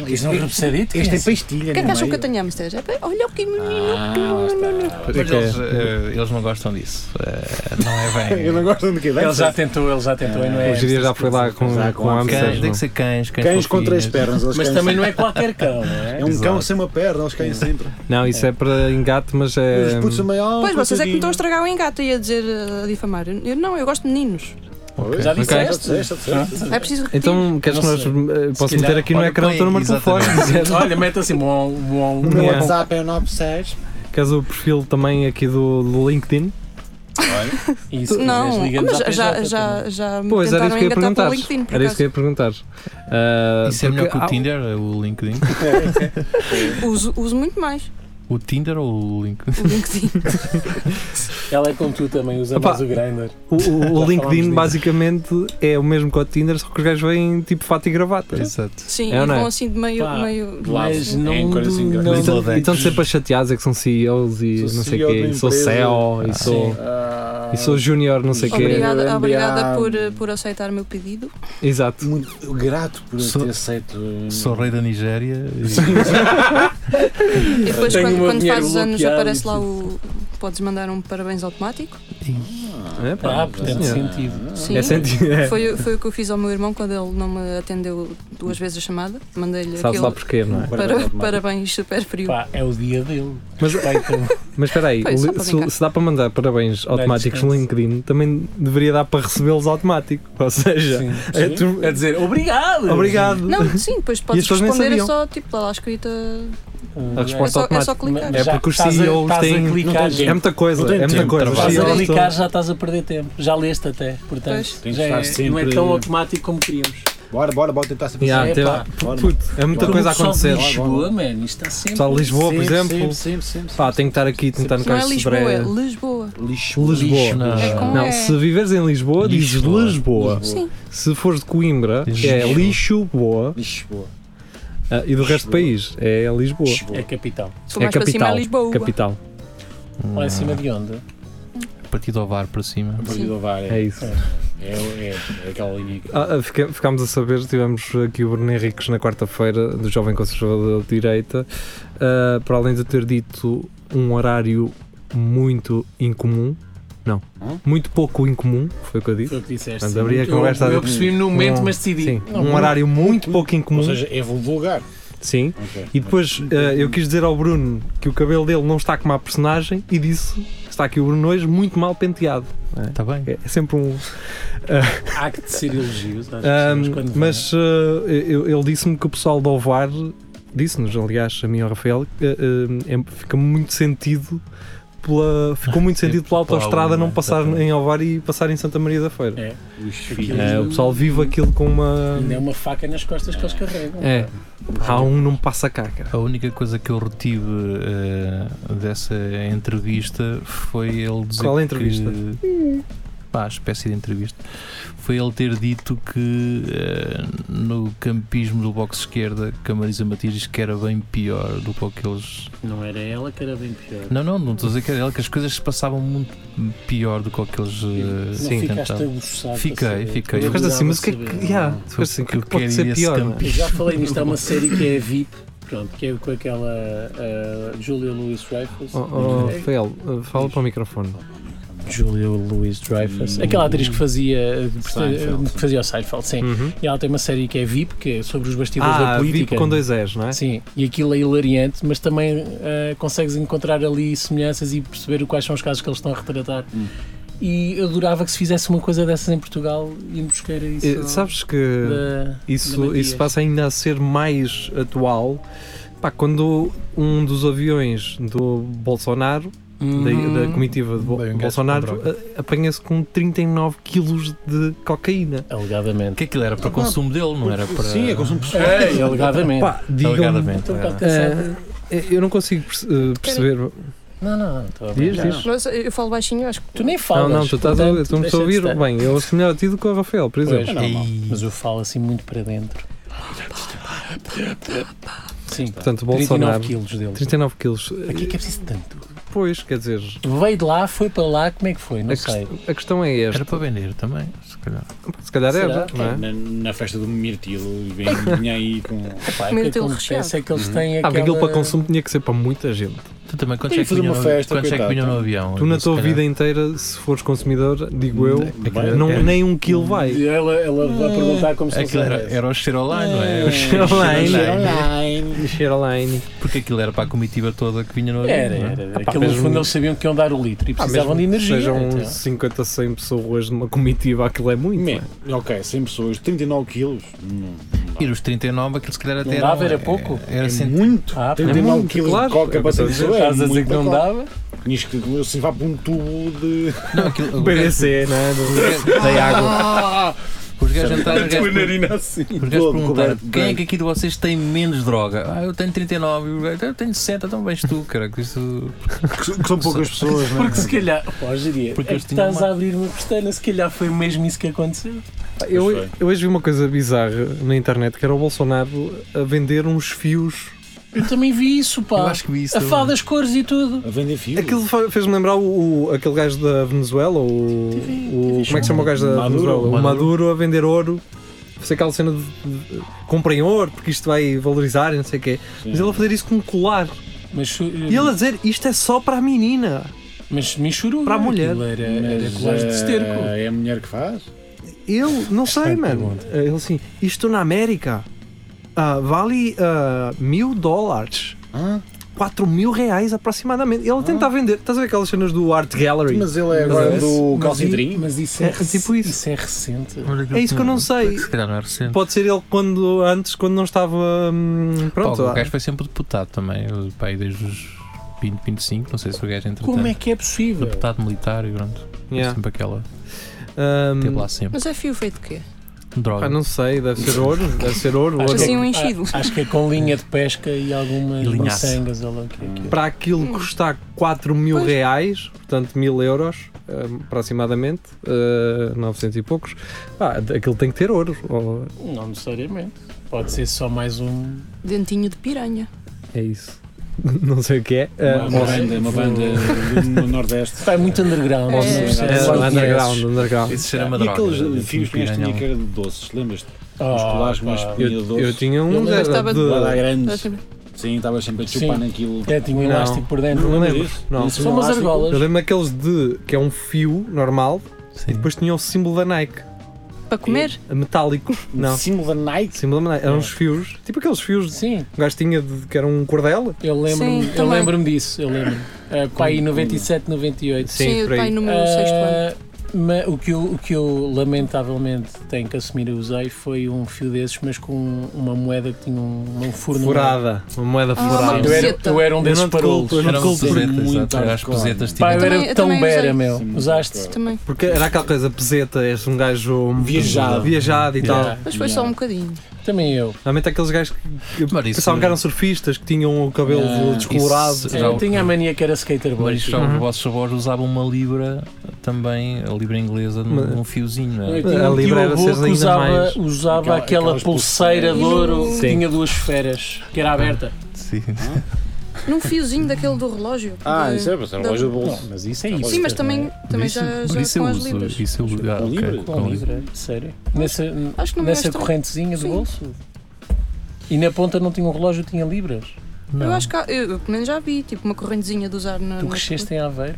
S4: Isto não é repousadito?
S6: Este tem
S4: Este
S6: pastilha.
S5: O que é que
S6: no
S5: acham que eu
S6: meio.
S5: tenho a Amsterdã? É bem, Olha o que menino.
S6: Ah, lá está.
S3: Mas eles, eh, eles não gostam disso. Eh, Não é bem.
S6: Eu não gosto de que
S4: Ele já tentou, ele já tentou e não é.
S2: O Giria já foi lá com,
S6: Já
S2: com
S6: com
S2: a
S3: Cães,
S2: Amsterdã.
S3: tem que ser cães, cães,
S6: Cães com três
S3: fofinhos.
S6: pernas. eles
S4: Mas
S6: caem
S4: também
S6: sempre.
S4: não é qualquer cão, não é?
S6: É um
S3: Exato.
S6: cão sem uma perna, eles caem sempre.
S2: Não, isso é para engate, mas é.
S6: Os putos também. oh,
S5: Pois vocês é que me estão a
S6: coitadinho.
S5: estragar o engate e a dizer, eh, a difamar. Eu eu não, eu gosto de meninos.
S6: Pois,
S4: Já
S6: já
S4: disseste?
S6: disseste, já disseste.
S5: É preciso repetir.
S2: Então, queres que
S4: Não
S2: nós.
S4: sei.
S2: eh, Posso
S3: Se
S2: meter
S3: calhar-
S2: aqui no
S3: olha,
S2: ecrã o teu
S3: põe,
S2: número de telefone?
S4: Olha, mete assim, bom, bom,
S2: Não
S6: O
S2: é.
S4: bom.
S6: WhatsApp é o 96.
S2: Queres o perfil também aqui do, do LinkedIn?
S4: Isso,
S5: Não,
S4: liga-nos
S5: mas
S4: à
S5: já,
S4: PJ
S5: já, já me
S2: Pois, era isso que eu
S5: tentaram
S2: ia
S5: engatar
S2: perguntar.
S5: pelo LinkedIn, por
S2: Era isso
S5: acaso.
S2: que eu ia perguntar. Ah,
S3: Isso é melhor
S2: porque
S3: que o
S2: há-
S3: Tinder, o LinkedIn?
S5: Uso, uso muito mais
S3: O Tinder ou o LinkedIn?
S5: o LinkedIn.
S4: Ela é como tu também, usa
S2: Opa.
S4: mais o Grindr.
S2: O, o- o
S4: Já falámos
S2: LinkedIn
S4: disso.
S2: basicamente é o mesmo que o Tinder, só que os gajos vêm tipo fato e gravata.
S3: Exato.
S5: Sim,
S2: É ou
S5: e
S2: não é?
S5: vão assim de meio.
S4: Pá,
S5: meio...
S6: lá
S4: Mas
S6: é
S4: não.
S6: em coisa assim,
S4: não-
S2: E
S6: grande.
S4: não-
S2: estão- e estão então- sempre chateados, é que são CEOs e
S6: Sou
S2: não sei o
S6: CEO de
S2: quê,
S6: uma
S2: e sou
S6: empresa.
S2: CEO, e
S4: Ah,
S2: sou,
S4: sim.
S6: Ah,
S2: e sou júnior, não sei o quê.
S5: Obrigada,
S6: Grande
S5: obrigada
S6: amo.
S5: por, eh, por aceitar o meu pedido.
S2: Exato.
S6: muito grato por
S3: Sou-
S6: ter aceito.
S3: Sou rei da Nigéria. e-
S5: E depois,
S4: Tenho o
S5: quando,
S4: meu
S5: quando
S4: dinheiro
S5: fazes anos,
S4: bloqueado
S5: aparece
S4: e
S5: lá o. Podes mandar um parabéns automático.
S2: É,
S4: Ah,
S2: pá.
S4: portanto,
S2: Sim.
S4: sentido.
S5: Sim.
S2: É sentido. É.
S5: Foi, foi o que eu fiz ao meu irmão quando ele não me atendeu duas vezes a chamada. Mandei-lhe
S2: Sabe
S5: aquele
S2: lá porquê, não é?
S5: para, parabéns super frio.
S4: Pá, é o dia dele.
S2: Mas-
S4: Respeita-me.
S2: Mas espera aí,
S5: Pois, só
S2: o li-
S5: para
S2: se,
S5: brincar.
S2: se dá para mandar parabéns automáticos no
S4: descanso.
S2: LinkedIn, também deveria dar para recebê-los automático. Ou seja,
S4: Sim.
S2: é tu- é-
S4: A dizer, obrigado!
S2: obrigado.
S5: Não, sim, depois podes
S2: pessoas nem
S5: responder, é
S2: sabiam.
S5: só tipo lá, lá escrita.
S2: A
S5: É
S2: resposta
S5: só, é só
S2: automática.
S5: clicar.
S2: É
S4: Já
S2: porque os
S4: estás a-
S2: CEOs
S4: estás a
S2: têm-
S4: clicar,
S6: não têm
S4: já.
S2: É muita coisa,
S6: Não tem
S2: é muita
S6: tempo,
S2: coisa.
S6: trabalho.
S4: Estás a
S2: CEOs
S4: clicar,
S2: estão-
S4: já estás a perder tempo. Já leste até, portanto.
S5: Pois.
S6: Tem que
S4: já
S6: estar
S4: é-
S6: sempre-
S4: não é tão automático como queríamos.
S6: Bora, bora, bora tentar saber.
S2: Yeah,
S4: É,
S2: tem-
S4: pá.
S6: Bora,
S2: Puto, é muita coisa a
S4: Só de
S2: acontecer.
S4: Lisboa, mano, isto está sempre.
S2: Só Lisboa, por
S6: Sempre,
S2: exemplo.
S6: sempre, sempre, sempre.
S2: Pá, tenho que estar aqui a tentar no
S5: Não é
S2: caso de
S5: Lisboa, é
S2: Breia.
S5: Lisboa.
S6: Lixo.
S2: Lisboa.
S3: Lixo, não.
S5: É com
S2: Não,
S5: é.
S2: se viveres em Lisboa, dizes
S3: Lisboa.
S2: Lisboa.
S5: Sim,
S2: Se fores de Coimbra, é lixo boa. Ah,
S6: Lisboa.
S2: e do resto do país, é Lisboa.
S6: Lisboa.
S4: É capital.
S5: se for
S2: É
S5: mais para cima é
S2: capital.
S5: Lisboa.
S2: Capital.
S4: Lá em cima de onde?
S3: um, partido ovar para cima.
S6: A partir
S5: Sim.
S6: do VAR
S2: É
S6: é,
S2: isso.
S6: é, é- é aquela linha que
S2: Ah, ah, fica- ficámos a saber, tivemos aqui o Bruno Henriques na quarta-feira, do Jovem Conservador de Direita, ah, para além de ter dito um horário muito incomum, não,
S6: Hum?
S2: muito pouco incomum, foi o que eu disse.
S4: Foi o que disseste.
S2: Portanto, abri a
S4: Eu-
S2: conversa
S4: Eu,
S2: de- um
S4: percebi-me no momento, mas decidi.
S2: Sim,
S4: Não,
S2: um
S4: não.
S2: horário muito pouco incomum.
S6: Ou seja, é vulgar.
S2: sim.
S6: Ok.
S2: E depois eh, eu quis dizer ao Bruno que o cabelo dele não está como a personagem e disse está aqui o Bruno hoje muito mal penteado.
S3: Está Tá bem?
S2: É, é sempre um.
S4: Há que ser elogios. às
S2: Ah,
S4: pessoas quando vêm.
S2: mas eh, eu- ele disse-me que o pessoal do Ovar disse-nos, aliás, a mim e ao Rafael, que, eh, eh, fica muito sentido. Pela, ficou muito sentido pela
S3: Pela
S2: autoestrada
S3: Luna,
S2: não passar
S3: exatamente.
S2: em Ovar e passar em Santa Maria da Feira.
S4: É.
S6: Os
S4: Aquilo-
S6: filhos.
S2: Eh, o pessoal vive aquilo com uma.
S4: Ainda é uma faca nas costas que eles carregam.
S2: É, há um não passa cá, cara.
S3: A única coisa que eu retive eh, dessa entrevista foi ele dizer
S2: Qual é a entrevista?
S3: que pá, espécie de entrevista foi ele ter dito que eh, no campismo do box esquerda que a Marisa Matias diz que era bem pior do que o que eles
S4: Não era ela que era bem pior.
S3: não, não, não estou a dizer que era ele que as coisas se passavam muito pior do que o que eles eh,
S4: não
S2: Sim, então,
S4: ficaste
S3: tentavam.
S4: aguçado.
S3: Fiquei, fiquei. Eu
S2: Ficaste assim, mas o que é que. yeah,
S3: Foi
S2: ficaste assim, o que, é que
S3: porque eu
S2: pode ser
S3: queria
S2: pior?
S3: esse
S2: não é?
S4: Eu já falei nisto, há uma série que é a VIP, pronto, que é com aquela ah, Julia Louis Dreyfus. É.
S2: Oh, oh, Rafael, uh, fala para o microfone.
S4: Julia Louis Dreyfus.
S6: Hum.
S4: Aquela atriz que fazia, eh,
S6: Seinfeld,
S4: que fazia o Seinfeld, sim.
S2: Uhum.
S4: E ela tem uma série que é VIP, que é sobre os bastidores da
S2: Ah,
S4: política.
S2: VIP com dois E's, não é?
S4: Sim, e aquilo é hilariante, mas também eh, consegues encontrar ali semelhanças e perceber quais são os casos que eles estão a retratar.
S6: Hum.
S4: E eu adorava que se fizesse uma coisa dessas em Portugal e me buscar isso.
S2: Eh, Sabes que
S4: da- da
S2: isso,
S4: Matias.
S2: isso passa ainda a ser mais atual. Pá, quando um dos aviões do Bolsonaro,
S4: Uhum.
S2: da, da comitiva de Bo-
S3: Bem, um gajo com
S2: Bolsonaro, a- apanha-se com 39 quilos de cocaína.
S4: Alegadamente.
S3: que aquilo era para consumo dele, não era para
S6: Sim, é consumo pessoal.
S4: Ei, É, alegadamente.
S2: Pá, digam
S3: alegadamente.
S4: Estou um bocado
S2: eh,
S4: cansado.
S2: eu não consigo perce- eh, perceber.
S4: Não, não, não. estou a
S2: Diz,
S4: brincar.
S2: diz.
S5: Mas eu falo baixinho, acho que
S4: Tu nem
S2: Não,
S4: falas.
S2: não, tu estás a,
S4: portanto,
S2: tu me estás a
S4: deixa de
S2: ouvir
S4: estar.
S2: bem. Eu ouço melhor a ti do que ao Rafael, por exemplo.
S6: É
S4: Pois,
S6: normal.
S4: Mas eu falo assim muito para dentro. Sim,
S2: Portanto,
S4: 39
S2: Bolsonaro.
S4: quilos dele.
S2: 39 quilos. Eh,
S4: Para que é que é preciso tanto?
S2: Pois, quer dizer,
S4: Veio de lá, foi para lá, como é que foi? Não
S2: a,
S4: sei.
S2: quest- a questão é esta.
S3: Era para vender também, se calhar.
S2: Se calhar
S4: Será?
S2: era, não é?
S6: Na, na festa do Mirtilo, e vem vinha aí com.
S4: Pá,
S5: Comer
S4: o que
S5: aquele
S4: acontece
S5: recheado.
S4: é que eles têm
S2: Ah,
S4: aquela...
S2: porque aquilo para consumo tinha que ser para muita gente.
S3: Tu também, quantos
S6: Tem
S3: é
S6: que
S3: que
S6: fazer
S3: vinham
S6: uma
S3: no-
S6: festa,
S3: quantos é que
S6: coitado,
S3: vinham no
S6: pá.
S3: avião?
S2: Tu na
S3: Se
S2: tua
S3: calhar.
S2: vida inteira, se fores consumidor, digo eu,
S6: Vai-
S2: não,
S3: é.
S2: nem um quilo vai.
S4: Ela, ela vai perguntar como se
S3: Aquilo
S4: não
S3: É era,
S4: soubesse.
S3: era o cheiro online, não é?
S6: É,
S3: O cheiro online.
S6: cheiro online.
S2: Mexer online.
S3: Porque aquilo era para a comitiva toda que vinha no avião.
S4: Era,
S3: não é?
S4: era.
S2: Ah, pá,
S4: Aquilo no
S2: mesmo-
S4: fundo eles sabiam que iam dar o litro e
S2: Ah,
S4: precisavam de
S2: mesmo que
S4: energia.
S2: Sejam
S4: então.
S2: 50, 100 pessoas numa comitiva, aquilo é muito. não é?
S6: Man, ok, 100 pessoas, 39 quilos. Hum,
S3: E os 39, aquilo se calhar até
S4: Não
S3: era. um,
S4: dava, era pouco?
S3: Era
S6: é
S3: assim.
S6: muito.
S4: Ah, pá,
S6: 39
S2: muito,
S6: quilos
S2: claro.
S6: de coca
S2: É o
S6: para
S2: que eu
S6: 100
S2: estou a dizer.
S6: pessoas.
S4: Estás a dizer
S6: muito
S4: que não
S6: coca.
S4: dava?
S6: Tinhas que eu se vá para um tubo de.
S3: Não, aquilo,
S2: O
S3: os gajos-
S2: BDC, não é? Do- Da água.
S3: os gajos entraram, os gajos per-
S6: assim.
S3: os gajos
S6: todo
S3: perguntaram
S6: coberto de
S3: quem é que
S6: branco.
S3: aqui de vocês tem menos droga? Ah, eu tenho 39, e o gajo, eu tenho 60, então vens tu, cara. Que isso...
S6: Que são poucas pessoas, não é?
S4: Porque se calhar, pô, diria,
S3: Porque
S4: é
S3: eles
S4: que
S3: tinham
S4: estás
S3: uma-
S4: a abrir uma pestana, se calhar foi mesmo isso que aconteceu.
S2: Eu,
S6: Pois
S2: eu hoje vi uma coisa bizarra na internet que era o Bolsonaro a vender uns fios.
S4: Eu também vi isso,
S3: Eu
S4: pá.
S3: acho que vi isso. é
S4: A falar
S3: também.
S4: das cores e tudo.
S6: A vender fio.
S2: Aquilo fa- fez-me lembrar o, o- aquele gajo da Venezuela, o, o- como é que se chama o gajo da
S6: Maduro.
S2: Venezuela? O
S3: Maduro.
S2: Maduro a vender ouro. Sei aquela cena de, de- comprem ouro porque isto vai valorizar e não sei o quê. Mas ele a fazer isso com um colar.
S4: Mas, eh,
S2: E ele a dizer isto é só para a menina.
S4: mas me chorou. é?
S2: Para a mulher.
S4: Aquilo Era, era
S6: Mas,
S4: colares de esterco.
S6: eh, É a mulher que faz?
S2: Eu não sei,
S4: Excelente
S2: mano.
S4: é pergunta.
S2: Ele assim, isto na América ah, vale ah, mil dólares.
S6: Hã?
S2: 4 mil reais aproximadamente. Ele tenta
S4: Ah.
S2: vender. Estás a ver aquelas cenas do Art Gallery?
S6: Mas ele é
S2: Mas
S6: agora
S2: é
S6: do
S4: Mas i-
S6: calcitrinho.
S4: Mas isso é,
S2: É, tipo isso.
S4: é recente.
S3: Olha
S2: É isso que eu
S4: Uhum.
S2: não sei.
S3: Se calhar não é recente.
S2: Pode ser ele quando antes, quando não estava. hum,
S3: Pá,
S2: pronto.
S3: o gajo foi sempre deputado também, o pai desde os 20, 25, não sei se o gajo entretanto.
S4: Como é que é possível?
S3: Deputado militar e pronto.
S2: Yeah.
S3: É Sempre aquela.
S2: Hum,
S4: Tipo
S3: Teve lá sempre.
S5: Mas é fio feito de quê?
S3: Droga.
S2: ah, não sei, deve ser ouro. Deve ser ouro.
S4: Acho
S2: ouro.
S4: que-
S5: Assim um enchido.
S4: Ah, acho que é com linha de pesca e algumas
S3: E linhaça.
S4: miçangas ou lá o que é que é.
S2: Para aquilo custar 4 mil
S5: Hum. Pois.
S2: reais, portanto mil euros hum, aproximadamente, hum, 900 e poucos, pá, aquilo tem que ter ouro. ou-
S4: é. Não necessariamente. Pode ser só mais um.
S5: Dentinho de piranha.
S2: é isso. não sei o que é.
S6: Uma,
S2: Ah,
S6: uma
S2: mas-
S6: banda, uma banda do Nordeste.
S4: Pá, é muito underground.
S5: É.
S4: não percebes?
S3: É,
S2: Underground,
S4: Só
S2: underground,
S4: conheces.
S2: underground.
S3: Isso era uma
S6: e
S3: droga.
S6: aqueles
S3: Tinha
S6: fios que
S3: ganhar
S6: este tinha
S3: um-
S6: que era de doces, lembras-te?
S4: Oh,
S6: Os colares com umas
S4: pá.
S6: pinhas
S2: Eu,
S6: doces.
S2: eu tinha
S4: Eu
S2: um
S4: lembro-
S5: gostava de-
S6: Lá
S2: de,
S6: grandes.
S5: Acho-
S6: Sim, estava sempre a chupar
S4: Sim.
S6: naquilo.
S4: É, tinha um
S2: Não.
S4: elástico por dentro.
S2: Não é lembro.
S6: disso?
S2: Não.
S6: Isso
S4: São
S6: um
S4: umas
S6: elástico.
S2: Eu
S4: argolas.
S2: lembro aqueles de que é um fio normal
S3: Sim.
S2: e depois tinha o símbolo da Nike,
S5: Para comer?
S2: metálico. Não,
S6: Símbolo da Nike.
S2: símbolo da Nike. Eram uns fios, tipo aqueles fios
S4: Sim,
S2: que um gajo tinha de, que era um cordel.
S4: eu lembro-me
S5: Sim,
S4: eu
S5: também.
S4: lembro disso. Eu É, lembro Pai, 97, 98.
S2: Sim,
S5: Sim,
S2: por aí.
S5: pai no meu
S4: Ah,
S5: sexto ano.
S4: mas o, que eu, o que eu lamentavelmente tenho que assumir eu usei foi um fio desses, mas com uma moeda que tinha um, um furno.
S2: Furada, uma moeda
S5: Ah,
S2: furada.
S5: uma
S4: Eu era,
S5: Peseta.
S4: eu era um desses
S2: não te culpo,
S4: parolos.
S2: eu não
S3: Eram
S2: te culpo por-
S6: Muito
S3: pesetas, exato, era as
S6: hardcore.
S3: pesetas
S4: Pá,
S3: tinham.
S4: eu
S5: também-
S4: era
S5: eu
S4: tão
S5: também
S4: bera,
S5: usei.
S4: meu.
S6: Sim,
S4: Usaste?
S6: claro.
S5: Também.
S2: porque era aquela coisa peseta, és um gajo
S6: Viajado.
S2: viajado e tal.
S5: Mas foi só um bocadinho.
S4: Também eu.
S2: Normalmente aqueles gajos que
S3: Mas isso-
S2: pensavam que eram surfistas, que tinham o cabelo
S6: Ah,
S2: descolorado.
S3: isso- Já
S4: Eu
S3: o-
S4: tinha a mania que era skaterboy.
S3: Mas isto já os
S2: Uhum.
S3: vossos avós usavam uma libra também, a libra inglesa, num,
S2: Mas-
S3: num fiozinho, não é?
S4: Eu tinha
S2: A
S4: um tio
S2: Libra era
S4: avô
S2: seres
S4: que
S2: ainda
S4: usava,
S2: mais-
S4: usava
S6: Aquela-
S4: aquela
S6: aquelas
S4: pulseira de ouro que
S2: Sim. Uhum.
S4: tinha duas esferas, que era aberta.
S3: Sim.
S5: Num fiozinho daquele do relógio.
S6: Ah,
S5: de-
S6: isso é para ser
S5: da-
S6: loja de
S4: Não,
S6: bolso.
S4: mas isso é
S6: Sim,
S4: isso.
S5: Sim, mas também, também
S3: Isso-
S5: já,
S3: mas
S5: já
S3: isso
S5: com
S3: eu
S5: as
S3: uso,
S5: libras.
S3: Isso eu ah,
S6: Com
S3: ok,
S6: libra?
S4: Com libra, sério. Nessa,
S5: Acho que não me
S4: nessa
S5: gasto.
S4: correntezinha do
S5: Sim.
S4: bolso. E na ponta não tinha um relógio, tinha libras.
S5: Eu
S3: Não.
S5: acho que há- eu, eu pelo menos já vi, tipo uma correntezinha de usar na.
S4: Tu
S5: na-
S4: cresceste em Aveiro?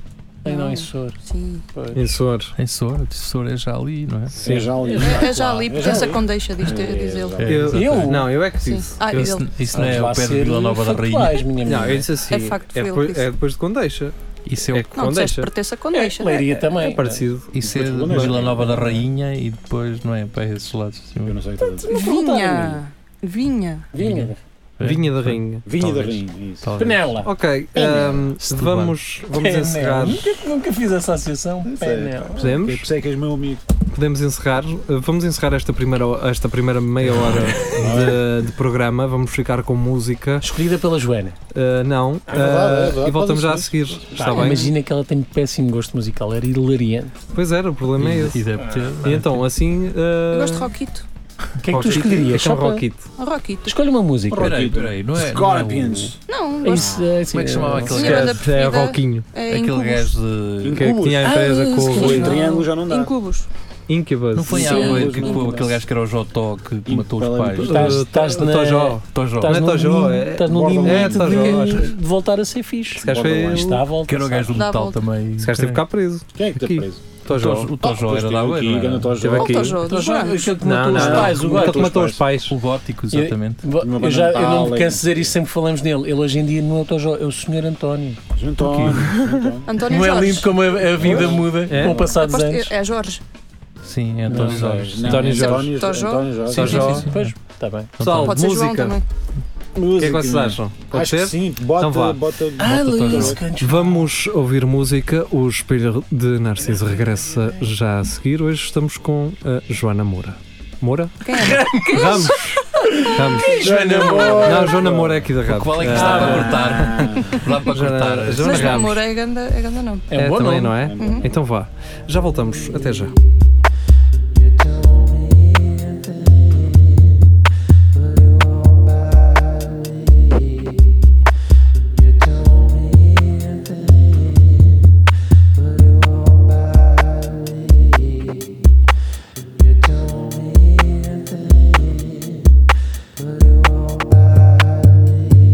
S4: Em não,
S5: Ah, é Não.
S4: em Sor.
S5: Sim.
S4: Pois.
S2: Em Sor.
S3: Em Sora, de Sora é já ali, não é?
S6: Sim, já ali.
S5: É, é já ali, porque essa
S6: ali.
S5: condeixa diz,
S6: É,
S5: diz ele.
S6: já.
S2: Eu-
S4: Eu?
S2: Não, eu é que
S5: Sim.
S2: disse.
S5: Ah,
S2: Eu-
S5: ele.
S3: Isso, isso não é
S4: Vamos lá
S3: o pé de
S4: ser
S3: Vila Nova da Rainha.
S4: factuais, minha
S2: Não, eu
S4: menina.
S2: disse assim.
S5: É facto,
S2: é,
S5: foi
S2: depois,
S5: ele que
S2: é depois de Condeixa.
S3: Isso é,
S2: É
S3: o-
S2: que
S5: Não, disseste
S2: Condeixa.
S5: pertence a condeixa.
S4: Leiria também.
S2: É parecido.
S3: isso é
S6: Depois
S3: de
S6: Colônia.
S3: Vila Nova da Rainha e depois, não é? Para esses lados. assim,
S6: Eu não sei. tá-
S5: Vinha! Vinha!
S4: Vinha.
S3: é?
S2: Vinha da Rainha.
S6: Vinha da
S3: Talvez.
S6: Rainha, isso.
S3: Talvez.
S4: Penela.
S2: Ok,
S5: É, né?
S4: Penela.
S2: ahm,
S3: Setúbal.
S2: vamos, vamos
S4: Penela.
S2: encerrar.
S4: Nunca, nunca fiz essa associação.
S6: sei.
S4: Penela.
S6: Por
S2: Podemos?
S6: isso é que és meu amigo.
S2: Podemos encerrar. Uh, Vamos encerrar esta primeira, esta primeira meia hora de, de programa. Vamos ficar com música.
S4: Escolhida pela Joana.
S2: Uh, não.
S6: É verdade, é
S2: Uh,
S6: verdade,
S2: e voltamos já a
S6: pode
S2: seguir. Está
S3: Tá
S4: Pá,
S2: bem?
S4: Ah, Tá, Imagina que ela tem péssimo gosto musical, era hilariante.
S2: Pois era, o problema é
S3: E,
S2: esse.
S3: e deve ter.
S2: E então, assim. uh,
S5: Eu gosto de Roquito.
S4: O que é que tu
S2: Rockito.
S4: escolherias?
S2: Então,
S4: Só para-
S2: Rockito.
S5: Um Roquito.
S4: Escolhe uma música.
S3: Peraí, peraí, não é?
S6: Scorpions.
S5: Não,
S4: É
S5: gosto.
S4: isso, é assim,
S3: Como é que se chamava aquele
S5: Minha
S3: gajo?
S5: banda
S2: É
S5: preferida
S2: Roquinho.
S5: é
S3: Aquele
S5: Incubus.
S3: gajo de.
S2: Que, que tinha a empresa
S5: Ah,
S2: com
S5: sim.
S2: o
S6: Em
S2: Rui.
S6: triângulo já não dá.
S5: Incubus.
S2: Incubus.
S3: Não foi
S5: Sim.
S3: há boi que-
S6: Sim.
S3: com aquele gajo que era o Jotó que que matou os
S6: Impala-
S3: pais.
S2: Uh,
S4: Estás- estás
S2: to-
S4: na-
S2: Tojó.
S3: Tojó.
S2: Estás- Não é
S4: Estás num
S2: Tojó,
S4: lim-
S2: é-
S4: estás num
S6: Borderline.
S4: limite
S2: É, Tojó.
S4: de, de voltar a ser fixe.
S2: Esse gajo foi.
S6: Borderline.
S4: Está à volta.
S3: Que era o
S4: sabe?
S3: gajo do
S5: Dá a
S3: metal
S5: volta.
S3: também.
S2: Esse gajo teve cá preso.
S6: Quem é que
S2: Aqui.
S6: está preso?
S3: O Tojó-
S2: Tojó.
S3: O Tojó
S6: Ah,
S3: era
S6: estive
S3: da
S6: aqui,
S3: beira.
S6: ganha Tojó.
S2: Teve aqui.
S5: Volta ao jogo.
S4: Então, já-
S5: Joana.
S4: aquele que
S2: Não,
S4: matou
S2: não,
S4: os pais, o
S2: não.
S4: gajo.
S2: Aquele que matou os pais.
S3: O gótico, exatamente.
S6: Uma
S4: Eu,
S6: banda
S4: já, eu não
S6: tal,
S4: me
S6: é.
S4: canso de dizer isso sempre que falamos nele. Ele hoje em dia não é o Tojó, é o Sr. António.
S6: António. António.
S5: António
S4: Não é
S5: Jorge.
S4: lindo como a, a vida muda
S2: É?
S4: com o passar dos
S5: Aposto-
S4: anos.
S5: É Jorge.
S3: Sim, é
S6: Não,
S3: António Jorge.
S6: não,
S2: António
S6: é
S2: Jorge.
S6: António
S5: Tojó.
S6: António Jorge.
S2: Sim, sim,
S6: Tojó.
S2: sim, sim.
S4: Pois, está bem.
S2: Pessoal,
S5: Pode ser João
S2: Ah, música.
S5: também.
S2: O que é que vocês acham? Pode
S6: Acho que
S2: ser?
S6: sim. Bota,
S2: Então vá.
S6: bota.
S5: Ah,
S2: Vamos ouvir música. O Espelho de Narciso regressa já a seguir. Hoje estamos com a Joana Moura. Moura?
S5: Quem é?
S2: Ramos! Ramos.
S4: Joana Moura.
S2: Não, Joana Moura é aqui da rádio.
S3: Qual é que
S2: Ah,
S3: está
S4: Ah.
S3: para cortar? Dá para
S2: Já-
S3: cortar.
S2: já-
S5: Mas
S2: Ramos.
S5: não, Uhum. amor, é ganda, é ganda não.
S4: É um
S2: É,
S4: bom
S2: também,
S4: nome.
S2: não é? Então vá. Já voltamos. Até já.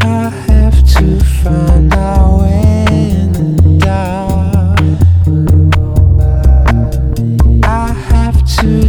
S7: I have to find out when to die. I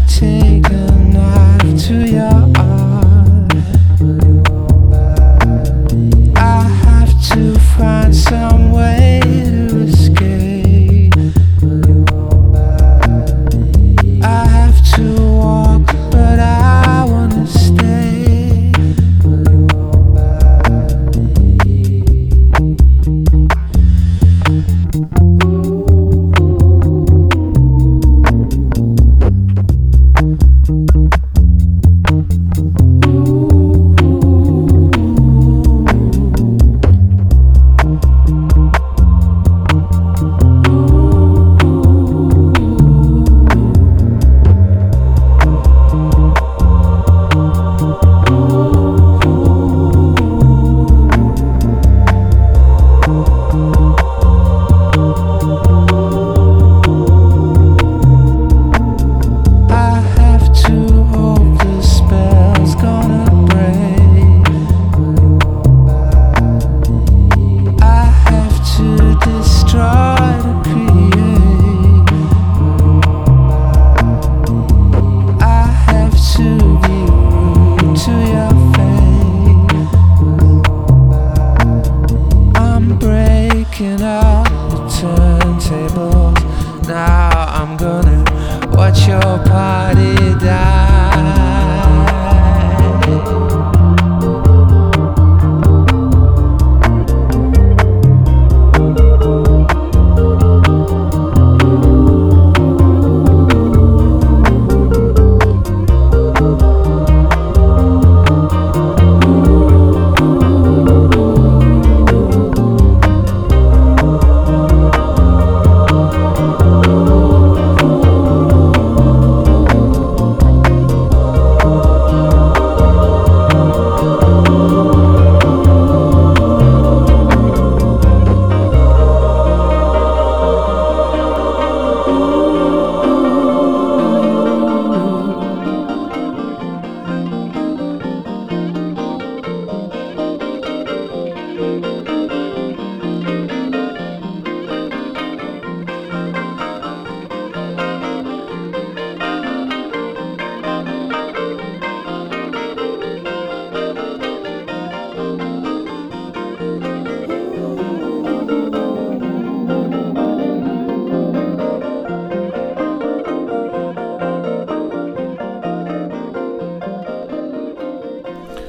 S7: turntables. Now I'm gonna watch your party die.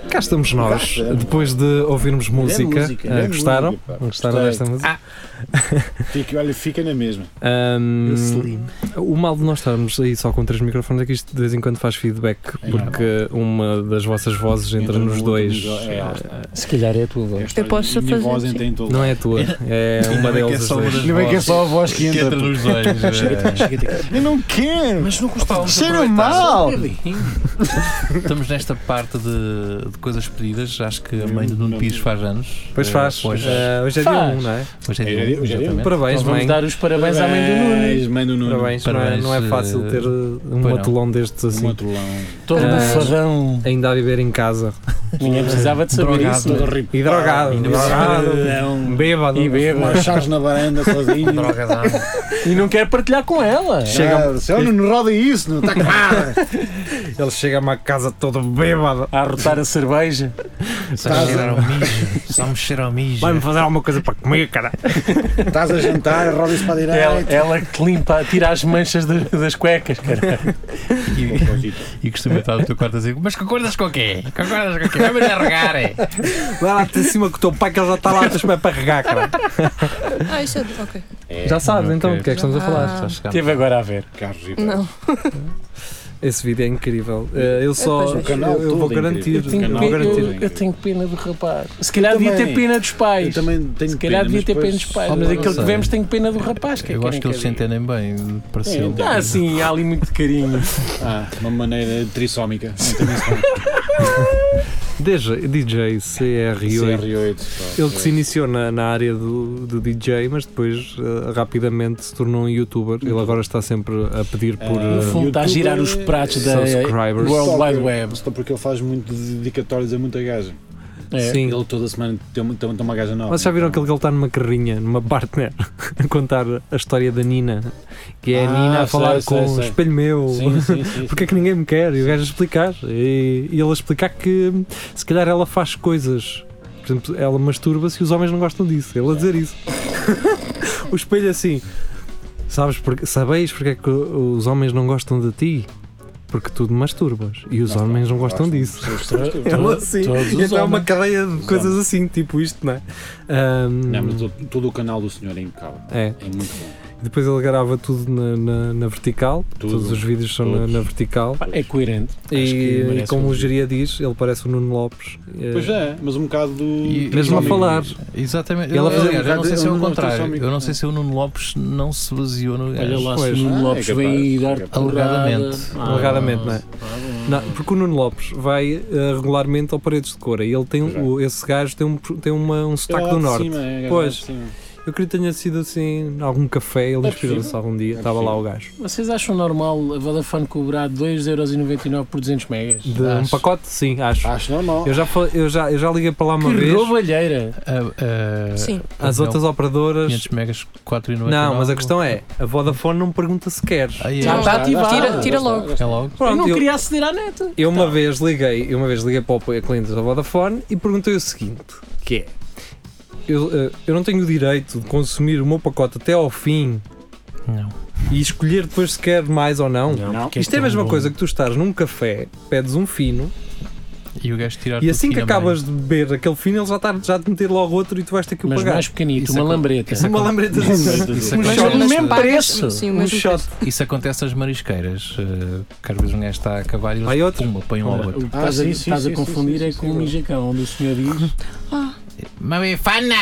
S2: Cá estamos nós,
S6: Exato, é.
S2: depois de ouvirmos música.
S6: música,
S2: Ah,
S6: é
S2: gostaram?
S6: música, pá.
S2: gostaram
S6: Gostei.
S2: desta música?
S6: Fica, olha, fica na mesma.
S2: Ahm,
S3: Slim.
S2: o mal de nós estarmos aí só com três microfones é que isto de vez em quando faz feedback,
S6: É
S2: porque uma das vossas vozes entra,
S6: Entra no
S2: nos
S6: outro,
S2: dois.
S6: diz, é, ah, está.
S2: Ah,
S8: Se calhar é a tua voz.
S6: Esta-
S5: posso
S6: a minha
S5: fazer,
S6: voz
S5: sim.
S6: entra em todo.
S2: não é a tua, é uma
S3: Ainda bem que é
S2: delas.
S3: só uma
S2: dois.
S3: das
S6: Ainda bem que é só a voz que entra.
S3: nos dois. é.
S6: Eu não quero!
S4: Mas não
S3: Opa,
S4: custa
S3: vamos
S6: Cheiro
S3: aproveitar.
S6: mal!
S3: Estamos nesta parte de, de coisas pedidas. Acho que a mãe do Nuno
S6: Não.
S3: Pires faz anos.
S2: Pois
S3: Eh,
S2: faz,
S3: Hoje,
S2: Ah, hoje é dia
S4: Faz.
S2: 1, não é?
S3: hoje é
S6: Hoje é
S3: dia
S6: dia- hoje é dia um.
S3: exatamente.
S2: Parabéns,
S4: Então vamos
S2: mãe.
S4: dar os parabéns à mãe do Nuno.
S6: Parabéns, mãe do Nuno.
S2: Parabéns, não é-
S3: Parabéns,
S2: não é fácil
S3: eh,
S2: ter uh, um
S3: pois não.
S2: matulão destes
S6: Um
S2: assim,
S6: matulão.
S4: Todo
S2: Parabéns.
S4: farrão.
S2: ainda a viver em casa.
S4: Ninguém precisava de saber
S3: Drogado.
S4: isso. não é?
S6: Todo rip.
S2: E drogado,
S3: ainda
S2: drogado,
S6: Não.
S2: bêbado.
S4: E bêbado.
S6: Marchares na varanda sozinho.
S2: Drogadão.
S4: E não quer partilhar com ela.
S6: Chega. Seu Nuno roda isso, Ah, não está claro.
S2: Ele chega-me a casa todo bêbado.
S4: A arrotar a cerveja.
S3: Só me cheira ao mijo. Só me cheira ao mijo.
S2: Vai-me fazer alguma coisa para comer, cara.
S6: Estás a jantar, roda isso para a
S4: Ela,
S6: direita.
S4: ela que limpa, tira as manchas de- das cuecas, cara.
S2: é.
S3: E, e costuma estar no teu quarto a dizer: Mas concordas com o quê? Concordas com o quê? Vamos arregar, é?
S2: Vai lá de cima que o teu pai que ele já está lá depois para regar, cara.
S5: Ah, isso é. Ok.
S2: Já sabes
S3: Ok.
S2: então do que é que estamos a falar.
S5: Ah.
S3: Teve
S4: Teve agora a ver.
S6: Carros e
S5: Não.
S2: Esse vídeo é incrível. Eh, Eu só.
S5: pois,
S2: Eu,
S5: o
S6: canal
S2: eu vou
S6: todo é incrível.
S2: garantir.
S6: O
S4: Tenho
S2: Eu
S6: canal
S2: vou
S4: pena-
S6: todo é
S2: garantir.
S4: eu,
S6: incrível.
S4: eu tenho pena do rapaz. Se calhar
S6: Eu
S4: devia ter
S6: também.
S4: pena dos pais.
S6: Eu também tenho
S4: Se calhar
S6: pena,
S4: devia ter pena
S6: depois- assim.
S4: dos pais.
S6: Só
S4: Mas
S6: para-
S4: aquele que vemos tem pena do rapaz. Que é
S3: Eu
S4: que
S3: acho que
S4: querem
S3: eles se
S4: diga?
S3: entendem bem,
S6: É,
S3: pareceu.
S6: então.
S4: Ah, sim, há ali muito carinho.
S6: Ah, uma maneira trissómica. Entendem se bem.
S2: DJ, DJ CR8.
S6: CR8. pá.
S2: Ele que se iniciou na, na área do, do DJ, mas depois eh, rapidamente se tornou um youtuber. Ele agora está sempre a pedir por.
S6: Ah,
S4: No
S2: eh,
S4: fundo, está a girar os
S6: é
S4: pratos da
S2: Subscribers.
S4: World Wide
S6: Stalker.
S4: Web.
S6: Só porque ele faz muito dedicatórios a muita gaja.
S4: É.
S2: Sim.
S6: Ele toda semana tem, uma- tem uma- tem uma gaja nova.
S2: Vocês já viram
S6: então.
S2: aquele que ele está numa carrinha, numa partner, a contar a história da Nina? Que é a
S6: Ah,
S2: Nina a falar
S6: sei,
S2: com
S6: sei,
S2: o
S6: sei.
S2: espelho meu.
S6: Sim, sim, sim.
S2: Porque é que ninguém me quer? E o gajo a explicar. E, e ele a explicar que se calhar ela faz coisas. Por exemplo, ela masturba-se e os homens não gostam disso. Ele a dizer isso. o espelho assim. Sabes porque, sabeis porque é que os homens não gostam de ti? Porque tu te masturbas. E os
S6: Não,
S2: homens não gostam disso. Ela assim.
S4: todos os
S2: Então é uma
S4: homens.
S2: cadeia de
S6: Os
S2: coisas assim, tipo isto, não é? Ahm,
S6: Não, mas todo, todo o canal do senhor é impecável.
S2: é.
S6: É muito bom.
S2: Depois ele grava tudo na, na- na vertical.
S6: Tudo.
S2: Todos os vídeos são na,
S6: Todos.
S2: na vertical.
S4: Pá, É coerente.
S2: E,
S4: que merece
S2: e como
S4: um
S2: o
S4: vídeo.
S2: Geria diz, ele parece o Nuno Lopes. Eh,
S6: Pois é, mas um bocado do. É
S3: E-
S2: Mesmo a
S3: Sim.
S2: falar.
S3: Exatamente.
S2: E ela
S3: Eu,
S2: fazia-
S3: aliás, eu não sei se é
S6: eu
S3: o
S6: não-
S3: contrário.
S6: eu
S3: Eu não sei se o Nuno Lopes não se baseou no gajo.
S4: Olha lá se o
S2: Pois.
S6: Ah,
S4: Nuno
S6: é
S4: Lopes
S6: capaz,
S4: vem aí
S6: é
S4: dar
S6: capaz.
S3: Alegadamente.
S4: porrada.
S2: Alegadamente, não é?
S4: Ah,
S2: Não, porque o Nuno Lopes vai eh, regularmente ao Paredes de Cora e ele tem,
S6: Pois é.
S2: o- esse gajo tem um, tem uma- um sotaque do norte. Pois. Eu queria que tenha sido assim, em algum café, ele
S6: É
S2: inspirou-se
S6: possível.
S2: algum dia,
S6: É
S2: estava lá o
S6: possível.
S2: gajo.
S4: Vocês acham normal a Vodafone cobrar 2,99€ por 200 megas?
S2: De um
S3: Acho.
S2: pacote? Sim, acho.
S6: Acho normal.
S2: Eu já, fa- eu, já, eu já liguei para lá uma
S4: Que
S2: vez.
S4: roubalheira!
S3: Ah, ah,
S5: Sim.
S2: As
S3: Não,
S2: outras operadoras
S3: 500 megas, 4,99.
S2: Não, mas a questão é, a Vodafone não pergunta se queres.
S3: Aí é.
S4: Já
S5: Não,
S4: está ativado.
S5: Tira, tira logo.
S3: É logo.
S4: Eu não
S2: eu,
S4: queria aceder à net.
S2: eu uma vez liguei, eu uma vez liguei para o apoio a clientes da Vodafone e perguntei o seguinte, que é, eu, eh, eu não tenho o direito de consumir o meu pacote até ao fim
S3: Não.
S2: e escolher depois se quer mais ou não.
S6: Não.
S4: porque
S2: Isto é a
S4: tão
S2: mesma
S4: bom.
S2: coisa que tu estás num café, pedes um fino
S3: E o gajo tirar
S2: e assim que acabas de beber aquele fino, ele já está já te meter logo outro e tu vais ter que o
S4: Mas
S2: pagar.
S4: mais pequenito,
S3: Isso
S4: uma
S3: é co-
S4: lambreta.
S3: isso é
S2: uma
S3: co-
S2: lambreta de
S6: Isso
S3: Isso
S2: Mas
S3: acontece-
S2: ao mesmo
S5: pagas-
S2: preço,
S5: sim, o
S2: um
S5: mesmo
S2: shot.
S3: Isso acontece às marisqueiras, eh, que às vezes um gajo está a acabar e
S2: Vai
S3: eles um
S2: outro.
S3: pum, apanham
S4: Ora,
S3: logo.
S4: o que estás a-
S6: sim, sim,
S4: estás a
S6: sim,
S4: confundir
S6: sim,
S4: é
S6: sim,
S4: com
S6: sim,
S4: o
S6: sim.
S4: mijacão, onde o senhor diz
S7: Mamifana!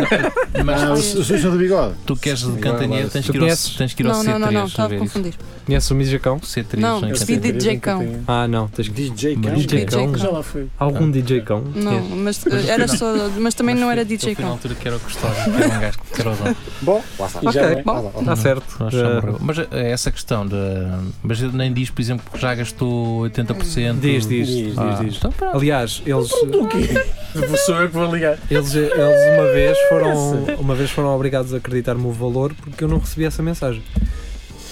S3: Mas
S6: Ah, o senhor do bigode.
S3: tu queres de
S2: Sim,
S3: Cantanhede,
S2: agora-
S3: tens
S2: tu
S3: que ir ao,
S2: conheces?
S3: tens que ir ao
S5: Não, não,
S3: C3
S5: não, não,
S3: a
S5: estava a
S3: ver isso.
S5: confundir.
S2: Conheces o Mijacão?
S3: C3
S5: Não,
S3: em
S5: eu
S3: Cantanhede.
S5: vi DJ Cão.
S2: Ah, não, tens que.
S6: DJ
S3: Mas
S6: Cão.
S2: DJ Cão.
S4: Já lá foi.
S2: Algum
S3: Ah.
S2: DJ Cão?
S5: Não, mas eh, era só. Mas também
S3: Mas
S5: não
S3: foi-
S5: era
S3: ele
S5: DJ
S3: foi na
S5: Cão.
S3: altura que era o Custódio, que era um gajo que era o dono.
S6: Bom, lá está.
S2: Ok,
S6: Já vai.
S5: bom.
S6: Ah, lá, ó.
S2: Está certo.
S3: Nós já
S5: é
S2: Eh,
S5: um
S3: morreu. Mas eh, essa questão da. Mas ele nem diz, por exemplo, que já gastou 80%.
S2: Diz, diz.
S6: Diz, diz,
S3: Ah,
S6: diz.
S3: então pronto.
S2: Aliás, eles,
S4: Sou eu que vou ligar.
S2: eles, eles uma, vez foram, uma vez foram obrigados a acreditar-me o valor porque eu não recebi essa mensagem.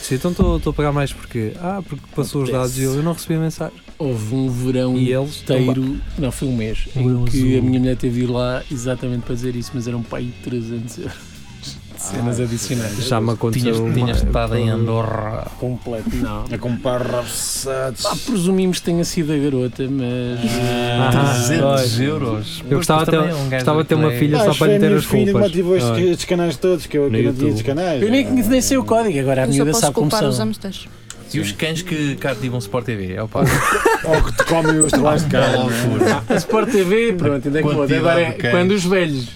S2: Disse, então estou estou a pagar mais porque Ah, porque passou os dados e eu, eu não recebi a mensagem.
S4: Houve um verão
S2: E eles
S4: inteiro, não, foi um mês, em
S3: Verão
S4: que
S3: azul.
S4: a minha mulher teve de ir lá exatamente para dizer isso, mas era um pai de 300 euros. de Cenas adicionais.
S2: Já me aconteceu.
S3: Tinhas,
S2: uma-
S3: tinhas estado em Andorra.
S6: Completo.
S4: Não.
S6: A comprar rapsados.
S4: Pá, presumimos que tenha sido a garota, mas.
S2: Ah, pois.
S3: 300 euros.
S2: Eu gostava de ter-
S3: é um
S2: gostava de ter uma filha só para lhe ter as
S6: Ah, filho que me
S2: culpas.
S6: ativou estes,
S2: Ah.
S6: estes canais todos, que eu
S2: No
S6: aqui não tinha
S2: YouTube.
S6: estes canais. Ah,
S4: eu nem, nem sei o código, agora a
S5: Eu só
S4: miúda
S5: posso
S4: sabe como
S5: culpar
S4: são.
S5: os hamsters.
S3: E os cães que cativam Sport TV. Opa,
S6: Ou que te comem os trabalhos de
S3: é
S6: cara. não é?
S3: loucura.
S4: A Sport TV, pronto, ainda é que pode.
S3: Quantidade
S4: Agora, é
S3: de cães.
S4: quando os velhos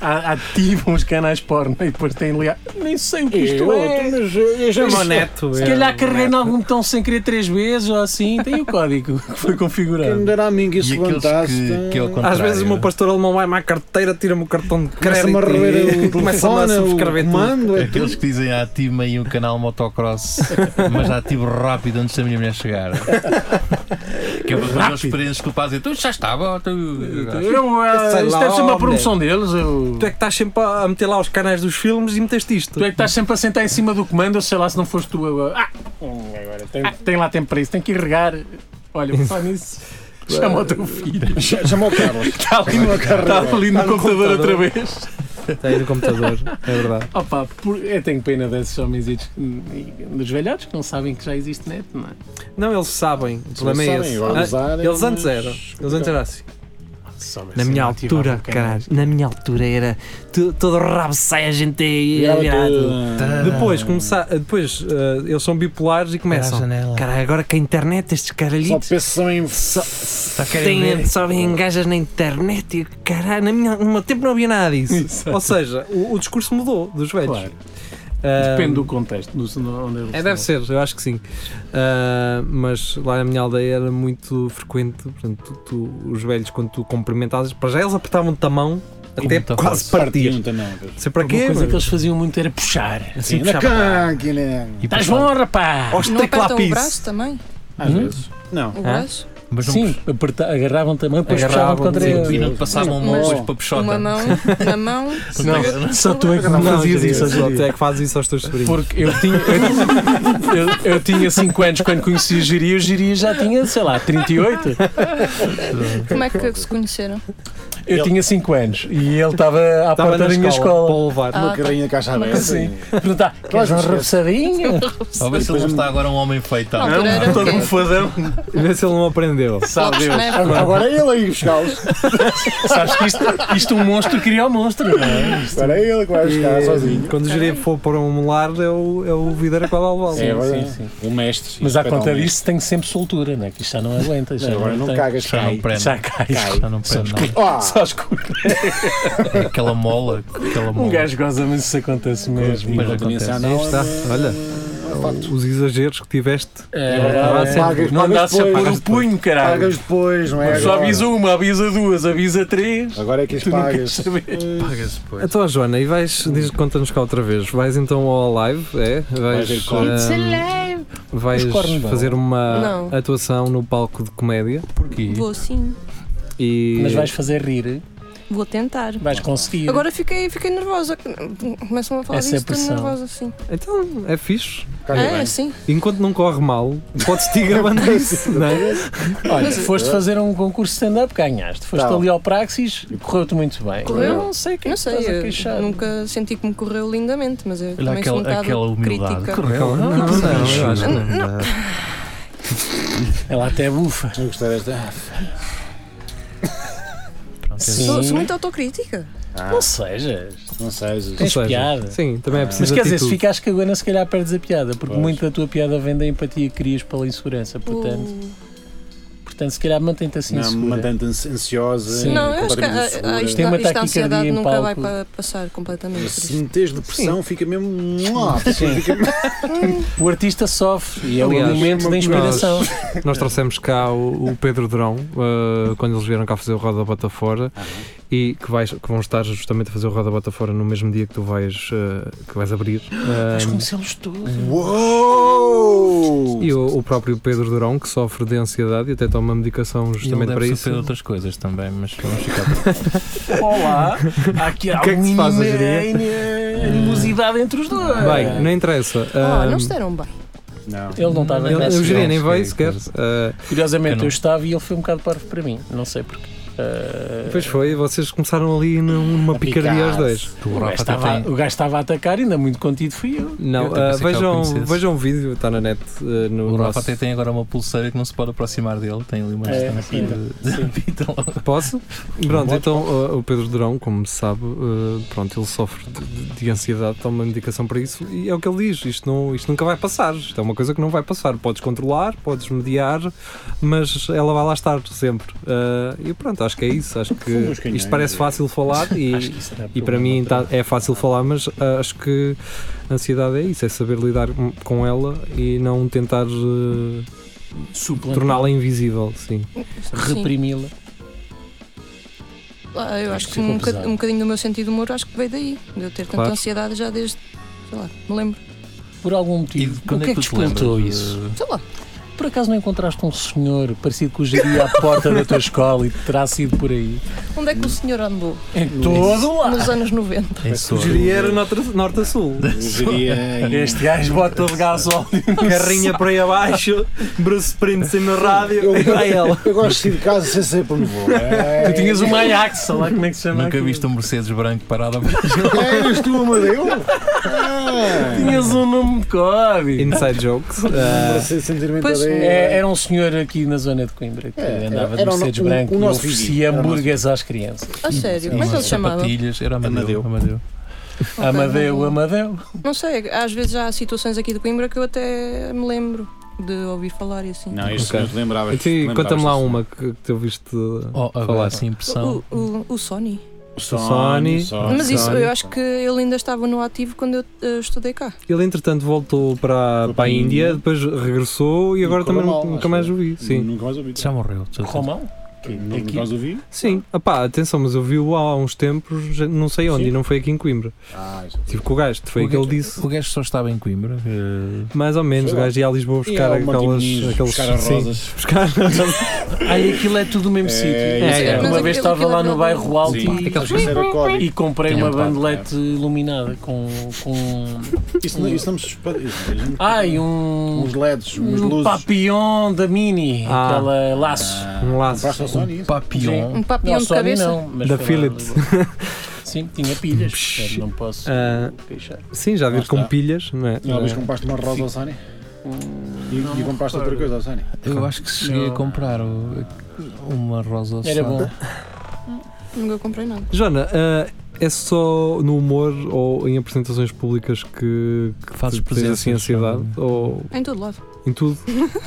S4: a- ativam os canais porno e depois têm ali. ah, Nem sei o que isto
S6: Eu,
S4: é.
S6: mas eu- eu já-
S4: Isto é-
S2: neto.
S4: Se
S2: é,
S4: calhar
S2: um
S4: carreguei em
S2: neto.
S4: algum botão sem querer três vezes ou assim, tem o código que foi
S6: Quem me
S4: configurado.
S6: dera a mim um que
S3: E
S6: isso ah,
S3: aqueles
S6: levantasse.
S3: que,
S6: tão-
S3: que é o contrário.
S2: Às vezes o meu pastor alemão vai-me à carteira, tira-me o cartão de crédito
S6: Começa-me a rever
S2: e
S6: o
S2: começa-me a
S6: telefone,
S2: subscrever
S6: o
S2: tudo.
S6: comando. é tudo.
S3: Aqueles que dizem ah, tive aí um canal motocross, mas já tive rápido antes da minha mulher chegar. que eu vou experiências que o pai dizer, tu já estava. Tu...
S4: Eu, ah,
S2: Sei
S4: isto
S2: lá,
S4: deve ser uma
S2: homem.
S4: promoção deles. eu-
S2: Tu é que estás sempre a meter lá os canais dos filmes e meteste isto.
S4: Tu é que estás sempre a sentar em cima do comando, ou sei lá, se não foste tu agora. Ah, hum, agora tem, tem lá tempo para isso, tem que ir regar. Olha, por falar nisso, chama o teu filho.
S6: Ch- Chama o Carlos.
S4: Está ali,
S6: Chama o
S4: está
S6: Carlos.
S4: ali no,
S2: Está no
S4: computador, outra
S2: computador.
S4: vez.
S2: Está aí no computador, é verdade.
S4: Opa, por, eu tenho pena desses homens e dos- e dos velhotes que não sabem que já existe net, não é?
S2: Não, eles sabem. O problema é
S6: Sabem,
S2: esse.
S6: vão
S2: Ah,
S6: usar,
S2: Eles antes
S6: mas-
S2: eram. Eles antes eram assim.
S4: Na minha altura, caralho.
S2: Na minha altura era tu- todo o rabo sai a gente aí.
S6: Virava
S2: virado.
S6: tudo.
S2: Tá. Depois, começa, depois ah, eles são bipolares e começam. Caralho, agora que a internet, estes
S6: Só
S2: caralhitos.
S6: pensam em.
S2: Só, tá
S3: querem
S2: têm-
S3: ver.
S2: só vêm gajas na internet e caralho, na minha, no meu tempo não havia nada disso. Ou seja, o, o discurso mudou dos velhos.
S4: é Claro.
S2: Ah,
S4: Depende do contexto, do onde eles
S2: É, deve
S4: estão.
S2: ser, eu acho que sim. Ah, mas lá na minha aldeia era muito frequente, portanto, tu- tu- os velhos, quando tu cumprimentavas, para já eles apertavam-te a mão
S3: Com
S2: até
S3: muita
S4: então
S2: quase partir. Não
S6: Partiam também. pois.
S2: sei para
S4: Uma
S2: quê,
S4: coisa
S2: mas
S4: que eles faziam muito era puxar.
S2: assim
S6: Na né?
S2: puxava.
S6: canquilha.
S3: E
S4: Estás
S3: passava.
S4: bom, rapaz!
S2: Aos
S5: Não apertam o braço
S2: teclapis.
S5: também?
S6: Às
S2: hum?
S6: vezes. Não.
S5: O braço?
S3: Mas não
S4: Sim, aperta- agarravam também, depois
S2: Agarravam,
S4: puxavam contra
S2: sim.
S4: ele.
S3: E não te passavam uma
S5: Mas-
S3: hoje para puxota.
S5: Uma mão, na mão.
S4: Não, só tu é que
S2: Não,
S4: não fazias
S2: queria,
S4: isso.
S2: só
S4: Adriano.
S2: tu é que fazes isso aos teus sobrinhos.
S4: Porque eu tinha, eu, eu tinha 5 anos quando conheci o Giri, o Giri já tinha, sei lá, 38.
S5: Como é que se conheceram?
S4: Eu tinha 5 anos e ele estava à
S2: Estava
S4: porta
S2: na
S4: da minha
S2: para
S4: escola.
S2: levar.
S5: Ah,
S6: Uma carrinha de caixa aberta.
S2: assim.
S4: Sim. Perguntar, queres um repousadinho?
S3: A ver se ele não está agora um homem feito.
S5: Na altura era o quê?
S4: fodão.
S2: um- Vê se ele não aprendeu.
S4: Sabe Deus.
S5: Snap.
S6: Agora é ele aí buscá-los.
S4: Sabes que isto, isto um monstro cria um monstro, não é? Isto-
S6: Agora é ele que vai buscar sozinho.
S2: Quando o gerê for para um lar, é o, é o videira que vai lá levá-lo.
S6: É
S4: sim,
S6: verdade.
S4: sim.
S6: O mestre. sim,
S4: Mas à
S6: espera
S4: conta
S6: o mestre.
S4: disso tenho sempre soltura, não é? Que isto já não aguenta. Já
S6: Agora não
S4: tem.
S6: cagas,
S3: Já não
S6: cai.
S3: prende.
S4: Já cai.
S3: Já não prende nada.
S6: Ah,
S4: Só escuro.
S3: É Aquela mola. Aquela mola.
S4: Um gajo goza, mas isso acontece mesmo.
S3: Mas
S6: continência
S3: acontece.
S6: anal
S2: Aí está,
S6: é-
S2: olha.
S6: é um facto.
S2: Os exageros que tiveste.
S6: Ah,
S4: É,
S6: pagas-
S4: não
S6: pagas
S4: dá-se a pôr
S6: depois.
S4: um punho, caralho.
S6: Pagas depois, não é?
S4: Só
S6: agora.
S4: avisa uma, avisa duas, avisa três.
S6: Agora é que as
S4: Tu não
S6: pagas.
S4: queres saber.
S3: Paga-se, pois.
S2: Então, Joana, e vais, diz, conta-nos cá outra vez. Vais então ao live, é? Vais,
S6: Vais ir com-
S2: ah, vais
S4: Os cornos não.
S2: fazer uma
S5: Não.
S4: Ah, é?
S2: atuação no palco de comédia
S3: Porquê?
S5: Vou sim.
S2: e
S4: Mas vais fazer rir.
S5: Vou tentar.
S4: Vais conseguir.
S5: Agora fiquei, fiquei nervosa. Começam a falar
S4: Essa é a
S5: disso, estou
S4: pressão. Tá
S5: nervosa, sim.
S2: Então é fixe.
S5: É, sim.
S2: Enquanto não corre mal, podes-te ir gravando isso, não é?
S4: Olha, foste fazer um concurso de stand-up, ganhaste. Foste
S6: Tá.
S4: ali ao Praxis, correu-te muito bem.
S5: Correu?
S4: Eu não sei o que é
S5: Não
S4: que estás a
S5: sei,
S4: queixar.
S5: eu nunca senti que me correu lindamente, mas eu
S3: Olha
S5: também sou um
S3: aquela,
S5: bocado
S3: aquela humildade.
S5: crítica.
S3: Correu.
S2: Não, não, eu acho que não.
S4: Ela até bufa.
S6: Eu gostei desta.
S4: Sim.
S5: Sou, sou muito autocrítica.
S2: Ah.
S4: Não sejas.
S6: Ah, Não sei, Jesus.
S2: Ou
S4: Tens piada.
S2: Sim, também é
S4: Mas
S2: preciso
S4: quer dizer, se
S2: atitude.
S4: ficares cagona, se calhar perdes a piada, porque
S6: Pois.
S4: muito da tua piada vem da empatia que crias pela insegurança. Portanto, portanto se calhar mantém-te assim
S6: Não,
S4: segura.
S6: mantendo ansiosa.
S4: Sim.
S6: e
S5: não, eu acho que
S6: completamente
S5: a,
S6: insegura.
S5: a, isto, é um
S4: Tem uma
S5: isto a
S4: taquicardia
S5: ansiedade
S4: em
S5: nunca vai
S4: palco.
S5: pa- passar completamente. por
S6: Se
S5: isso.
S6: meteres depressão, fica mesmo. Mua, fica mesmo-
S4: O artista sofre e é
S2: Aliás,
S4: o alimento
S6: uma
S4: da inspiração.
S3: É.
S2: Nós trouxemos cá o, o Pedro Drão, eh, quando eles vieram cá fazer o Roda Bota Fora,
S3: Ah, é?
S2: e que, vais, que vão estar justamente a fazer o Roda Bota Fora no mesmo dia que tu vais, eh, que vais abrir.
S4: Mas
S2: Eh,
S4: começamos tudo.
S6: Uou!
S5: um
S2: e o, o próprio Pedro Drão, que sofre de ansiedade e até toma medicação
S3: E ele
S2: justamente
S3: deve
S2: para
S3: sofrer
S2: isso.
S3: de outras coisas também, mas vamos ficar por aqui.
S4: Olá, há aqui há
S2: O que é que se
S4: uma
S2: faz hoje em
S4: anime- animosidade entre os dois.
S2: Bem, não é- interessa.
S5: Ah,
S2: eh,
S5: não se deram bem.
S6: Não.
S4: Ele não estava
S2: ele-
S4: nessa.
S2: o Jeria nem
S3: Não sei,
S2: veio sequer. eh,
S4: Curiosamente,
S3: Eu
S4: eu,
S3: não.
S4: estava e ele foi um bocado parvo para mim. Não sei porquê. Ah,
S2: Pois foi, vocês começaram ali numa
S6: A
S2: picardia
S6: picar.
S2: aos dois.
S3: O
S4: Eh, O gajo,
S3: Rafa até
S4: estava,
S3: tem-
S4: o gajo estava a atacar, ainda muito contido fui eu.
S2: Não,
S3: Eu até
S2: eh,
S3: pensei que eu
S2: vejam,
S3: conhecesse.
S2: vejam o vídeo, está na net. eh, no
S3: O Rafa
S2: nosso-
S3: até tem agora uma pulseira que não se pode aproximar dele, tem ali uma
S4: É,
S3: distância
S4: pinta.
S3: de- de pinta logo.
S2: Posso? Pronto, então uh, o Pedro Durão, como se sabe, uh, pronto, ele sofre de, de- de ansiedade, toma medicação para isso e é o que ele diz: isto, não, isto nunca vai passar, isto é uma coisa que não vai passar. Podes controlar, podes mediar, mas ela vai lá estar sempre. Uh, e pronto, acho que é isso. Acho que
S6: Fomos ganhando.
S2: isto parece fácil falar
S4: é. Acho que
S2: e,
S4: isso dá
S2: e para
S4: problema
S2: mim tá- é fácil falar, mas uh, acho que a ansiedade é isso: é saber lidar com- com ela e não tentar uh,
S4: suplantar,
S2: torná-la invisível. Sim.
S5: Sim.
S4: reprimi-la.
S5: Ah, eu
S4: Acho
S5: acho
S4: que
S5: que um,
S4: ficou
S5: boca-
S4: pesado.
S5: um bocadinho do meu sentido de humor acho que veio daí. De eu ter tanta
S2: Claro.
S5: ansiedade já desde, sei lá, me lembro.
S4: Por algum
S3: E
S4: motivo.
S3: de quando
S4: o que é que
S3: tu te lembras
S4: explotou
S3: de-
S4: isso?
S5: Sei lá.
S4: Por acaso não encontraste um senhor parecido com o geria à porta da tua escola e terá sido por aí?
S5: Onde é que o senhor andou?
S4: Em todo lado.
S5: Nos anos 90.
S3: Em
S2: O
S3: Soro.
S2: Geria era norte a sul.
S6: Eu diria.
S4: Este gajo bota de gasóleo.
S2: Carrinha para aí abaixo, Bruce Springsteen na rádio.
S6: Eu,
S2: Vai ela.
S6: eu gosto de sair de casa sem ser para novo.
S4: Tu É. tinhas uma Ajax, sei lá como é que se chama.
S3: Nunca
S4: aquilo.
S3: viste um Mercedes branco parado
S6: É, Eras tu, Amadeu? Ah,
S4: Tinhas um nome de código.
S2: Inside Jokes.
S6: para
S2: Ah,
S6: se sentir bem
S5: Pois,
S6: também.
S4: É, era um senhor aqui na zona de Coimbra que
S6: É, era-
S4: andava de
S6: era o no-
S4: Mercedes
S6: o-
S4: branco
S6: o
S4: e
S6: nosso vizinho,
S4: oferecia
S6: era o nosso-
S4: hambúrgueres às crianças.
S5: A sério, como é que ele
S3: umas
S5: se chamava?
S3: sapatilhas, era Amadeu.
S6: Amadeu.
S3: Amadeu.
S4: Amadeu, Amadeu.
S5: Não sei, às vezes há situações aqui de Coimbra que eu até me lembro de ouvir falar e assim.
S6: Não, isso
S2: Ok.
S6: não te lembravas.
S2: então, e
S6: lembravas
S2: Conta-me lá
S6: disso.
S2: uma que, que tu ouviste.
S3: Oh, agora
S2: Falar.
S3: assim, impressão.
S5: O, o, o Sony.
S6: O
S2: Sony.
S4: Oh,
S6: Sony.
S5: Mas isso,
S2: Sony.
S5: eu acho que ele ainda estava no ativo quando eu eh, estudei cá.
S2: Ele entretanto voltou para, para a
S6: Foi para a
S2: Índia,
S6: Índia.
S2: depois regressou e agora
S6: correu
S2: também
S6: mal,
S2: nunca
S6: acho
S2: mais
S6: eu. Uhum.
S2: ouvi. Sim,
S6: Nunca mais ouvi.
S3: Já morreu. de certeza.
S4: Romão?
S6: Que- Nunca mais ouvi.
S2: sim. Ah pá, atenção, mas ouvi-o há uns tempos, já não sei onde,
S6: Sim.
S2: e não foi aqui em Coimbra.
S6: Ah, isso
S2: Tive com o gajo, foi o que
S3: gajo-
S2: ele disse.
S3: O gajo só estava em Coimbra. eh,
S2: Mais ou menos, o
S6: Foi lá.
S2: gajo ia a Lisboa
S6: E é
S2: buscar
S6: há uma
S2: aquelas.
S6: Timinhas,
S2: aqueles,
S6: buscar as
S2: sim,
S6: rosas.
S2: buscar-
S4: Ai, aquilo é tudo o mesmo
S6: É,
S4: sítio.
S6: é,
S2: é.
S4: Uma
S5: Mas
S4: vez
S5: aquilo-
S4: estava
S5: aquilo
S4: lá
S5: é
S4: no
S5: verdade.
S4: bairro alto
S6: Sim,
S4: e,
S6: acho que isso era código.
S4: e comprei
S3: Tem um
S4: uma
S3: par,
S6: é.
S4: bandelete iluminada com, com.
S6: Isso não, isso não me suspeita. isso- isso-
S4: Ai, um.
S6: Uns LEDs, uns
S4: Um
S6: luzes. Ah,
S4: papillon da Mini,
S2: Ah.
S4: aquela laço.
S2: um laço.
S6: Compraste ao Sony isso?
S5: Um
S3: Papillon.
S5: papião de
S4: Sony
S5: cabeça.
S4: não, mas
S2: Da
S4: foi lá
S2: Philips.
S4: em Lisboa. Sim, tinha pilhas, portanto, não posso
S2: Ah.
S4: queixar.
S2: Sim, já
S6: Lá
S2: vir com
S6: está.
S2: pilhas, não é?
S6: Uma vez compraste uma rosa ao Sony? E,
S4: não
S6: e
S4: me
S6: compraste
S4: recordo.
S6: outra coisa ao Sony?
S3: Eu acho que cheguei
S4: Não.
S3: a comprar o- uma rosa
S4: Era
S3: só.
S4: bom.
S5: Nunca comprei nada.
S2: Jona, ah, é só no humor ou em apresentações públicas que, que
S3: Fazes
S2: tu tens
S3: presenças,
S2: assim ansiedade? Ou
S5: Em todo lado.
S2: em tudo?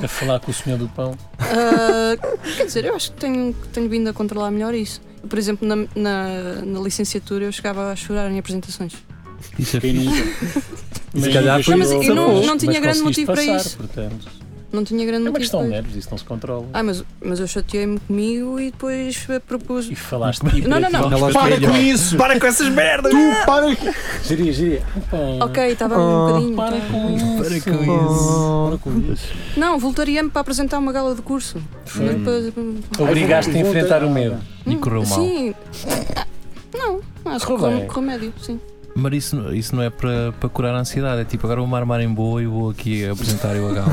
S4: A falar com o senhor do pão.
S5: Ah, quer dizer, eu acho que tenho, que tenho vindo a controlar melhor isso. Por exemplo, na, na, na licenciatura eu chegava a chorar em apresentações.
S3: Isso é
S6: Quem
S3: fixe.
S6: nunca?
S2: Se calhar foi-
S5: Não, mas eu não,
S2: Mas
S5: não tinha grande motivo para isso.
S4: Portanto,
S5: Não tinha grande
S4: é uma
S5: motivo
S4: questão
S5: para
S4: de
S5: isso.
S4: nervos, isso não se controla.
S5: Ah, mas, mas eu chateei-me comigo e depois eh, propus.
S4: E falaste tipo.
S5: Não, não, não.
S2: Elas brilham.
S6: isso!
S2: Para com essas merdas!
S6: Tu para! Giria, giria.
S4: Então,
S5: Ok, estava ali
S2: Oh,
S5: um bocadinho.
S4: Para
S5: tá.
S4: com isso.
S3: Para com
S2: Oh,
S5: Não, voltaria-me para apresentar uma gala de curso.
S4: Foi.
S5: Depois- hum,
S4: Obrigaste a enfrentar o medo.
S3: E correu mal.
S5: Sim. Acho que
S4: Correu
S5: com,
S4: bem.
S5: com remédio, sim.
S3: Mas isso, isso não é para, para curar a ansiedade, é tipo, agora vou-me armar em boa e vou aqui apresentar eu a gala.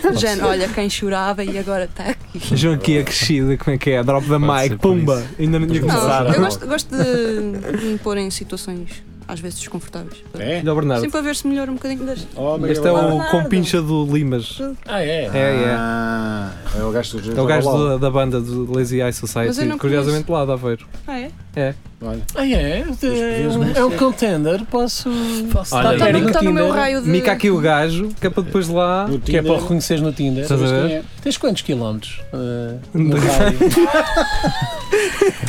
S4: Tá
S5: Já, olha, quem chorava e agora tá. está aqui.
S2: João aqui a crescida, como é que é? Drop da
S3: Pode
S2: mic,
S3: ser por
S2: pumba! Ainda não tinha
S6: Não,
S2: começado.
S5: eu gosto, gosto de, de me pôr em situações às vezes desconfortáveis.
S6: É?
S2: Olha o
S5: Sim,
S2: Bernardo.
S5: para ver se melhora um bocadinho das.
S6: Oh, meu
S2: Este é
S6: Deus.
S2: o compincha do Limas.
S4: Ah, é?
S2: É, é.
S6: Ah, é o gajo do
S2: É o gajo da, da banda do Lazy Eye
S5: Mas eu
S2: Society,
S5: não
S2: curiosamente lá da Aveiro.
S5: Ah, é?
S6: Olha,
S4: Ah, é? É um, é um contender, posso.
S3: Posso
S2: Olha,
S5: Está
S2: Era
S5: no,
S2: no
S5: tá no meu
S4: Tinder.
S5: raio de.
S2: Mica aqui o gajo, que é para depois lá.
S6: no
S4: Que é
S6: Tinder,
S4: para reconhecer no Tinder.
S2: Estás a ver?
S6: quem é?
S4: Tens quantos quilómetros? Ah,
S2: Não.
S4: no raio?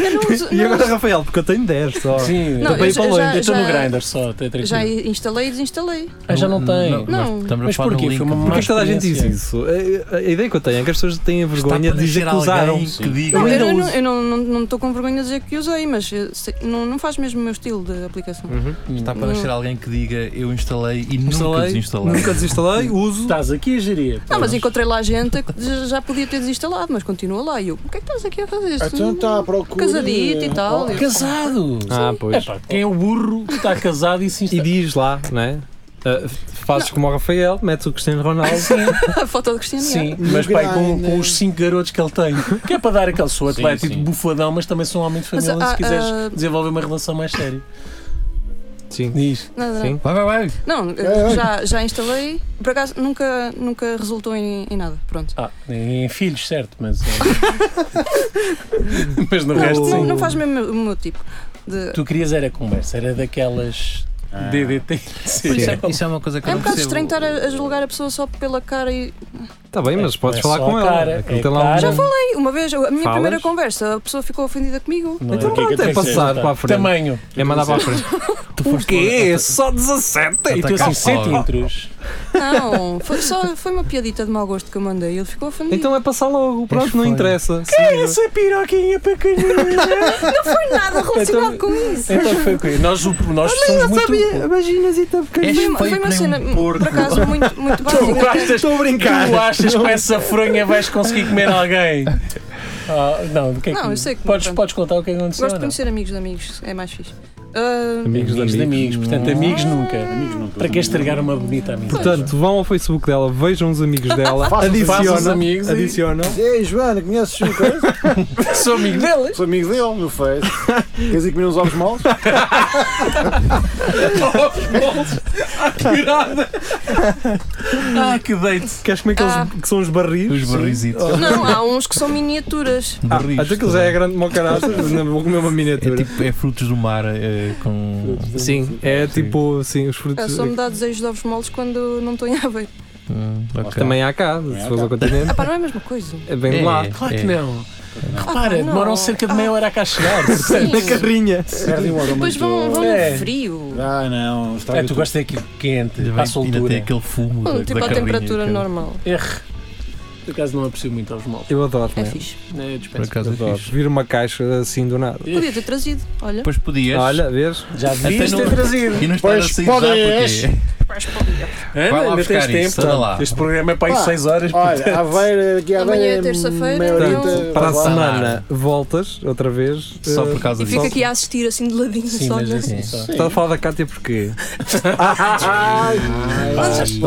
S5: Eu não uso-
S2: E
S5: não
S2: agora, Rafael, porque eu tenho 10 só.
S4: Sim,
S5: Não,
S4: estou
S5: eu
S4: bem
S5: já-
S4: para
S5: já-
S4: longe, eu estou no
S5: já-
S4: grinder só, até
S5: uso-
S4: tranquilo.
S5: Já instalei e desinstalei.
S4: Ah, já não tem.
S5: Não.
S3: Estamos a
S4: Mas
S3: falar
S4: porquê?
S3: no link.
S4: Foi uma
S2: Porquê
S4: má
S2: que toda a gente diz
S4: experiência.
S2: isso? A, a- a ideia que eu tenho é que as pessoas têm vergonha de dizer que usaram.
S3: que diga.
S5: Não,
S2: ainda
S5: eu, não,
S2: uso.
S5: eu não estou não, estou com vergonha de dizer que usei, mas eu sei- não, não faz mesmo o meu estilo de aplicação.
S2: Uhum.
S3: Está para nascer alguém que diga eu instalei e nunca
S2: Instalei,
S3: desinstalei. Ah,
S2: nunca desinstalei, uso.
S4: Estás aqui a gerir. Tá
S5: Não, mas encontrei lá gente que já- já podia ter desinstalado, mas continua lá. E eu, o que é que estás aqui a fazer? Isto
S6: Então
S2: tá.
S6: está à procura.
S5: Casadito e tal.
S6: Oh,
S4: Casado!
S2: Ah, pois.
S4: Epá, quem é o burro que está casado e
S2: E
S4: se instala?
S2: diz lá, não é? Ah, fazes como o Rafael, metes o Cristiano Ronaldo.
S5: A foto do Cristiano
S4: Sim,
S5: Ronaldo.
S6: No
S4: mas pai, com,
S6: grinder.
S4: com os cinco garotos que ele tem, que é para dar aquele sou
S6: Sim,
S4: atlético
S6: sim.
S4: bufadão, mas também sou um homem de
S5: Mas,
S4: família
S5: ah,
S4: se quiseres
S5: ah,
S4: desenvolver uma relação mais séria.
S2: Sim.
S4: Diz.
S5: é? Nada, nada.
S2: Sim. É,
S3: Vai, vai, vai.
S5: Não,
S6: Ai, ai.
S5: já, já instalei. Por acaso nunca, nunca resultou em, em nada. Pronto.
S4: Ah, em filhos, certo, mas. eh, mas no
S5: Não,
S4: resto,
S5: não,
S4: sim.
S5: não faz mesmo o meu tipo. De,
S4: Tu querias era conversa, era daquelas
S6: Ah.
S4: DDT.
S3: Pois
S4: Sim.
S3: é, isso é uma coisa que
S5: é
S3: eu
S5: um
S3: não
S5: bocado
S3: percebo.
S5: estranho estar a, a julgar a pessoa só pela cara e.
S2: Está Tá bem, mas
S4: É,
S2: podes
S4: é
S2: falar
S4: só
S2: com
S4: a
S2: ela.
S4: cara,
S2: Aquilo
S4: é
S2: tem lá um-
S4: cara.
S5: Já falei, uma vez, a minha
S2: Falas?
S5: primeira conversa, a pessoa ficou ofendida comigo.
S4: Não é?
S2: Então
S4: O que é que
S2: pronto, é
S4: tu disseste?
S2: passar para a frente.
S4: Tamanho.
S2: É mandar para a frente.
S3: Tu foste logo-
S2: Só 17?
S4: E tu
S3: Atacar
S4: assim,
S3: fora.
S4: centímetros.
S5: Não, foi, só, foi uma piadita de mau gosto que eu mandei. Ele ficou ofendido.
S2: Então é passar logo,
S3: És
S2: pronto, não
S3: feio.
S2: interessa.
S4: Essa piroquinha pequenina.
S5: nada relacionado com isso.
S4: então foi o quê? Nós, o- nós somos muito.
S2: Imaginas e
S3: És
S5: Foi
S3: feio
S5: uma, foi uma
S3: que nem
S5: cena,
S3: um porco.
S5: por acaso, muito, muito
S4: Tu
S5: básica.
S4: achas,
S2: Estou a brincar.
S4: tu achas que com essa fronha vais conseguir comer alguém? Ah, não, do que é que
S5: Não, eu sei que-
S4: podes,
S5: pronto.
S4: podes contar o que aconteceu?
S5: Gosto
S4: ou
S5: de
S4: não?
S5: conhecer amigos de amigos, é mais fixe. Ah,
S2: Amigos de amigos.
S4: portanto, amigos nunca.
S6: Amigos nunca.
S4: Para que estragar uma bonita amizade?
S2: Portanto, vão ao Facebook dela, vejam os amigos dela,
S6: Façam-
S4: façam os
S2: adicionam.
S4: amigos e-
S2: adicionam.
S6: Ei, Joana, conheces o coisa?
S4: sou amigo delas.
S6: Sou amigo dele no Face. Queres ir comer uns ovos moles?
S4: Ah, que deito.
S2: Queres comer aqueles
S5: Ah.
S2: que são os barris?
S3: Os barrizitos.
S5: Não, há uns que são miniaturas.
S2: Ah,
S3: Barris,
S2: até que já é grande mau caraças, não vou comer uma
S3: É
S2: miniatura.
S3: tipo, é frutos do mar eh, com.
S2: sim, é tipo, sim, os
S5: Ah,
S2: frutos.
S5: Só me dá desejos de ovos moles quando não estou em Aveiro.
S3: Hum, ok.
S2: Também há cá, se
S6: há
S2: fores
S6: cá.
S2: ao continente,
S5: Ah, pá, não é a mesma coisa. Ah,
S2: é bem de
S3: É.
S2: lá.
S4: Claro
S3: É.
S4: que não. Repara,
S5: não. Ah,
S4: demoram cerca de meia hora a cá chegar.
S5: Sim.
S2: Na carrinha.
S6: Perdem um aroma
S5: Depois
S6: muito
S5: vão, vão
S4: É.
S5: no frio.
S6: Ah, não. Estraga
S4: É, tu
S6: tudo.
S4: gostas daquilo quente,
S3: Ainda bem que
S4: à
S3: Ainda
S4: soltura.
S3: tem aquele fumo. da-
S5: Hum, tipo
S3: da
S5: à
S3: carrinha,
S5: temperatura
S3: que é-
S5: normal.
S4: Erre. Por acaso não aprecio muito aos moldes.
S2: Eu adoro,
S5: É
S2: né?
S5: fixe.
S4: É,
S3: Por
S4: dispenso.
S3: acaso é
S2: Adoro.
S3: fixe.
S2: Vir uma caixa assim do nada.
S5: Podia ter trazido, olha.
S3: Depois podias.
S2: Olha, vês?
S4: Já devias
S3: Até
S4: ter
S3: não-
S4: trazido.
S3: E não estás
S6: Pois
S3: a sair já
S6: podes.
S3: porque.
S4: Ana,
S3: lá
S4: ainda
S3: buscar
S4: tens tempo.
S3: isso, anda
S4: tá?
S3: lá.
S4: Este programa é para aí
S6: Pá,
S4: 6 horas.
S6: Olha, a ver, aqui à
S5: Amanhã
S6: beira
S5: é terça-feira,
S6: meia
S5: Portanto,
S6: horita,
S2: Para a
S6: vai lá.
S2: semana voltas outra vez.
S3: é Só
S2: eh,
S3: por causa
S5: E
S3: disso.
S5: fico aqui a assistir assim de ladinho
S4: Sim,
S5: só.
S4: mas
S3: é
S5: né?
S4: assim só.
S2: Estás a falar da Cátia porquê?
S4: é
S2: Estou a
S4: Ah,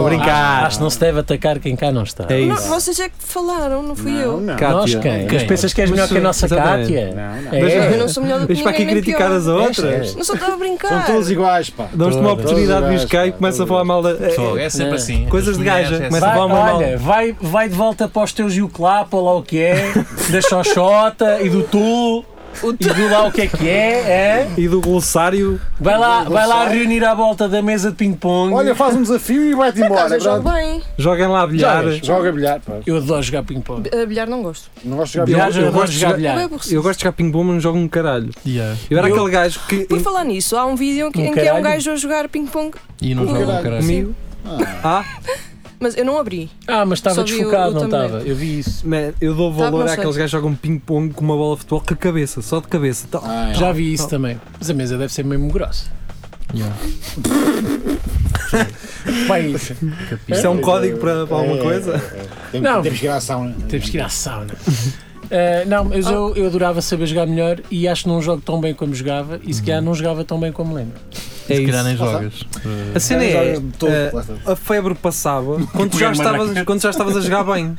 S2: brincar.
S4: Acho que não se deve atacar quem cá não está.
S2: É
S5: Não,
S2: isso.
S5: vocês é que falaram, não fui eu.
S6: Não, não.
S2: Cátia.
S4: Nós quem?
S3: Quem?
S4: Mas pensas que és melhor
S2: Mas,
S4: que a nossa
S2: exatamente.
S4: Cátia?
S6: Não, não.
S5: Não,
S4: É.
S5: Eu não sou melhor do que
S2: Vens para
S5: ninguém,
S2: aqui
S5: nem
S2: criticar
S5: pior.
S2: as outras.
S5: Não só estava a
S6: São
S5: brincar.
S6: todos iguais, pá.
S2: Damos-te uma
S4: Todas.
S2: oportunidade de
S6: Todas,
S2: buscar e
S6: pá,
S2: começa a
S6: todas.
S2: falar mal da. é-
S3: Pessoal, é sempre
S4: Não.
S3: assim.
S2: Coisas
S3: As
S2: de
S3: mulheres
S2: gaja.
S3: é
S2: Começa
S3: sempre-
S2: a
S4: Vai,
S2: falar mal.
S4: olha, vai, vai de volta para os teus Yuclap, ou lá o que é, da Xoxota e do Tu. E do lá o que é que é, é?
S2: E do glossário.
S4: Vai lá,
S6: Não
S4: vai lá
S6: sei.
S4: reunir à volta da mesa de ping-pong.
S6: Olha, faz um desafio e vai-te
S5: Mas
S6: embora.
S5: eu jogo
S6: pronto.
S5: bem.
S2: Joguem lá a bilhar.
S4: Jogas.
S6: Joga bilhar, pá.
S4: eu adoro jogar ping-pong.
S5: A bilhar não gosto.
S6: Não gosto de jogar
S4: Bilhar,
S6: bilhar.
S2: eu
S4: eu, adoro
S2: gosto de
S4: jogar
S2: jogar-
S5: É bem
S4: bilhar.
S5: aborrecido.
S2: Eu gosto de jogar ping-pong, mas não jogo um caralho.
S3: Yeah.
S2: Eu era
S4: Eu-
S2: aquele gajo que.
S5: Por falar nisso, há um vídeo em que,
S4: Um
S5: em que é um
S4: caralho.
S5: gajo a jogar ping-pong,
S3: E não
S6: Caralho.
S3: jogam, caralho.
S2: Comigo. Ah,
S5: mas eu não abri.
S4: Ah, mas estava
S5: Só vi o-
S4: desfocado,
S5: o
S4: não
S5: thumbnail.
S4: estava? Eu vi isso.
S2: man, eu dou valor
S5: não sei.
S2: àqueles gajos que jogam ping-pong com uma bola de futebol com a cabeça, só de cabeça. Tá.
S6: Ah, é.
S4: Já vi
S5: Oh.
S4: isso também. Mas a mesa deve ser mesmo grossa.
S3: Yeah.
S4: Vai,
S6: é,
S2: Isto é um código para, para alguma coisa?
S6: Tem-
S4: Não.
S6: Temos que ir à sauna.
S4: temos que ir à sauna. Ah, não, mas
S5: Ah.
S4: eu, eu adorava saber jogar melhor e acho que não jogo tão bem como jogava e se
S2: Uhum.
S4: calhar não jogava tão bem como lembro.
S2: É
S3: Se calhar
S2: isso.
S3: nem jogas.
S7: A cena é.
S6: Joga todo,
S7: eh,
S6: lá está.
S7: a febre passava quando tu já
S6: Põe a mão na
S7: estavas,
S6: cara.
S7: quando já estavas a jogar bem.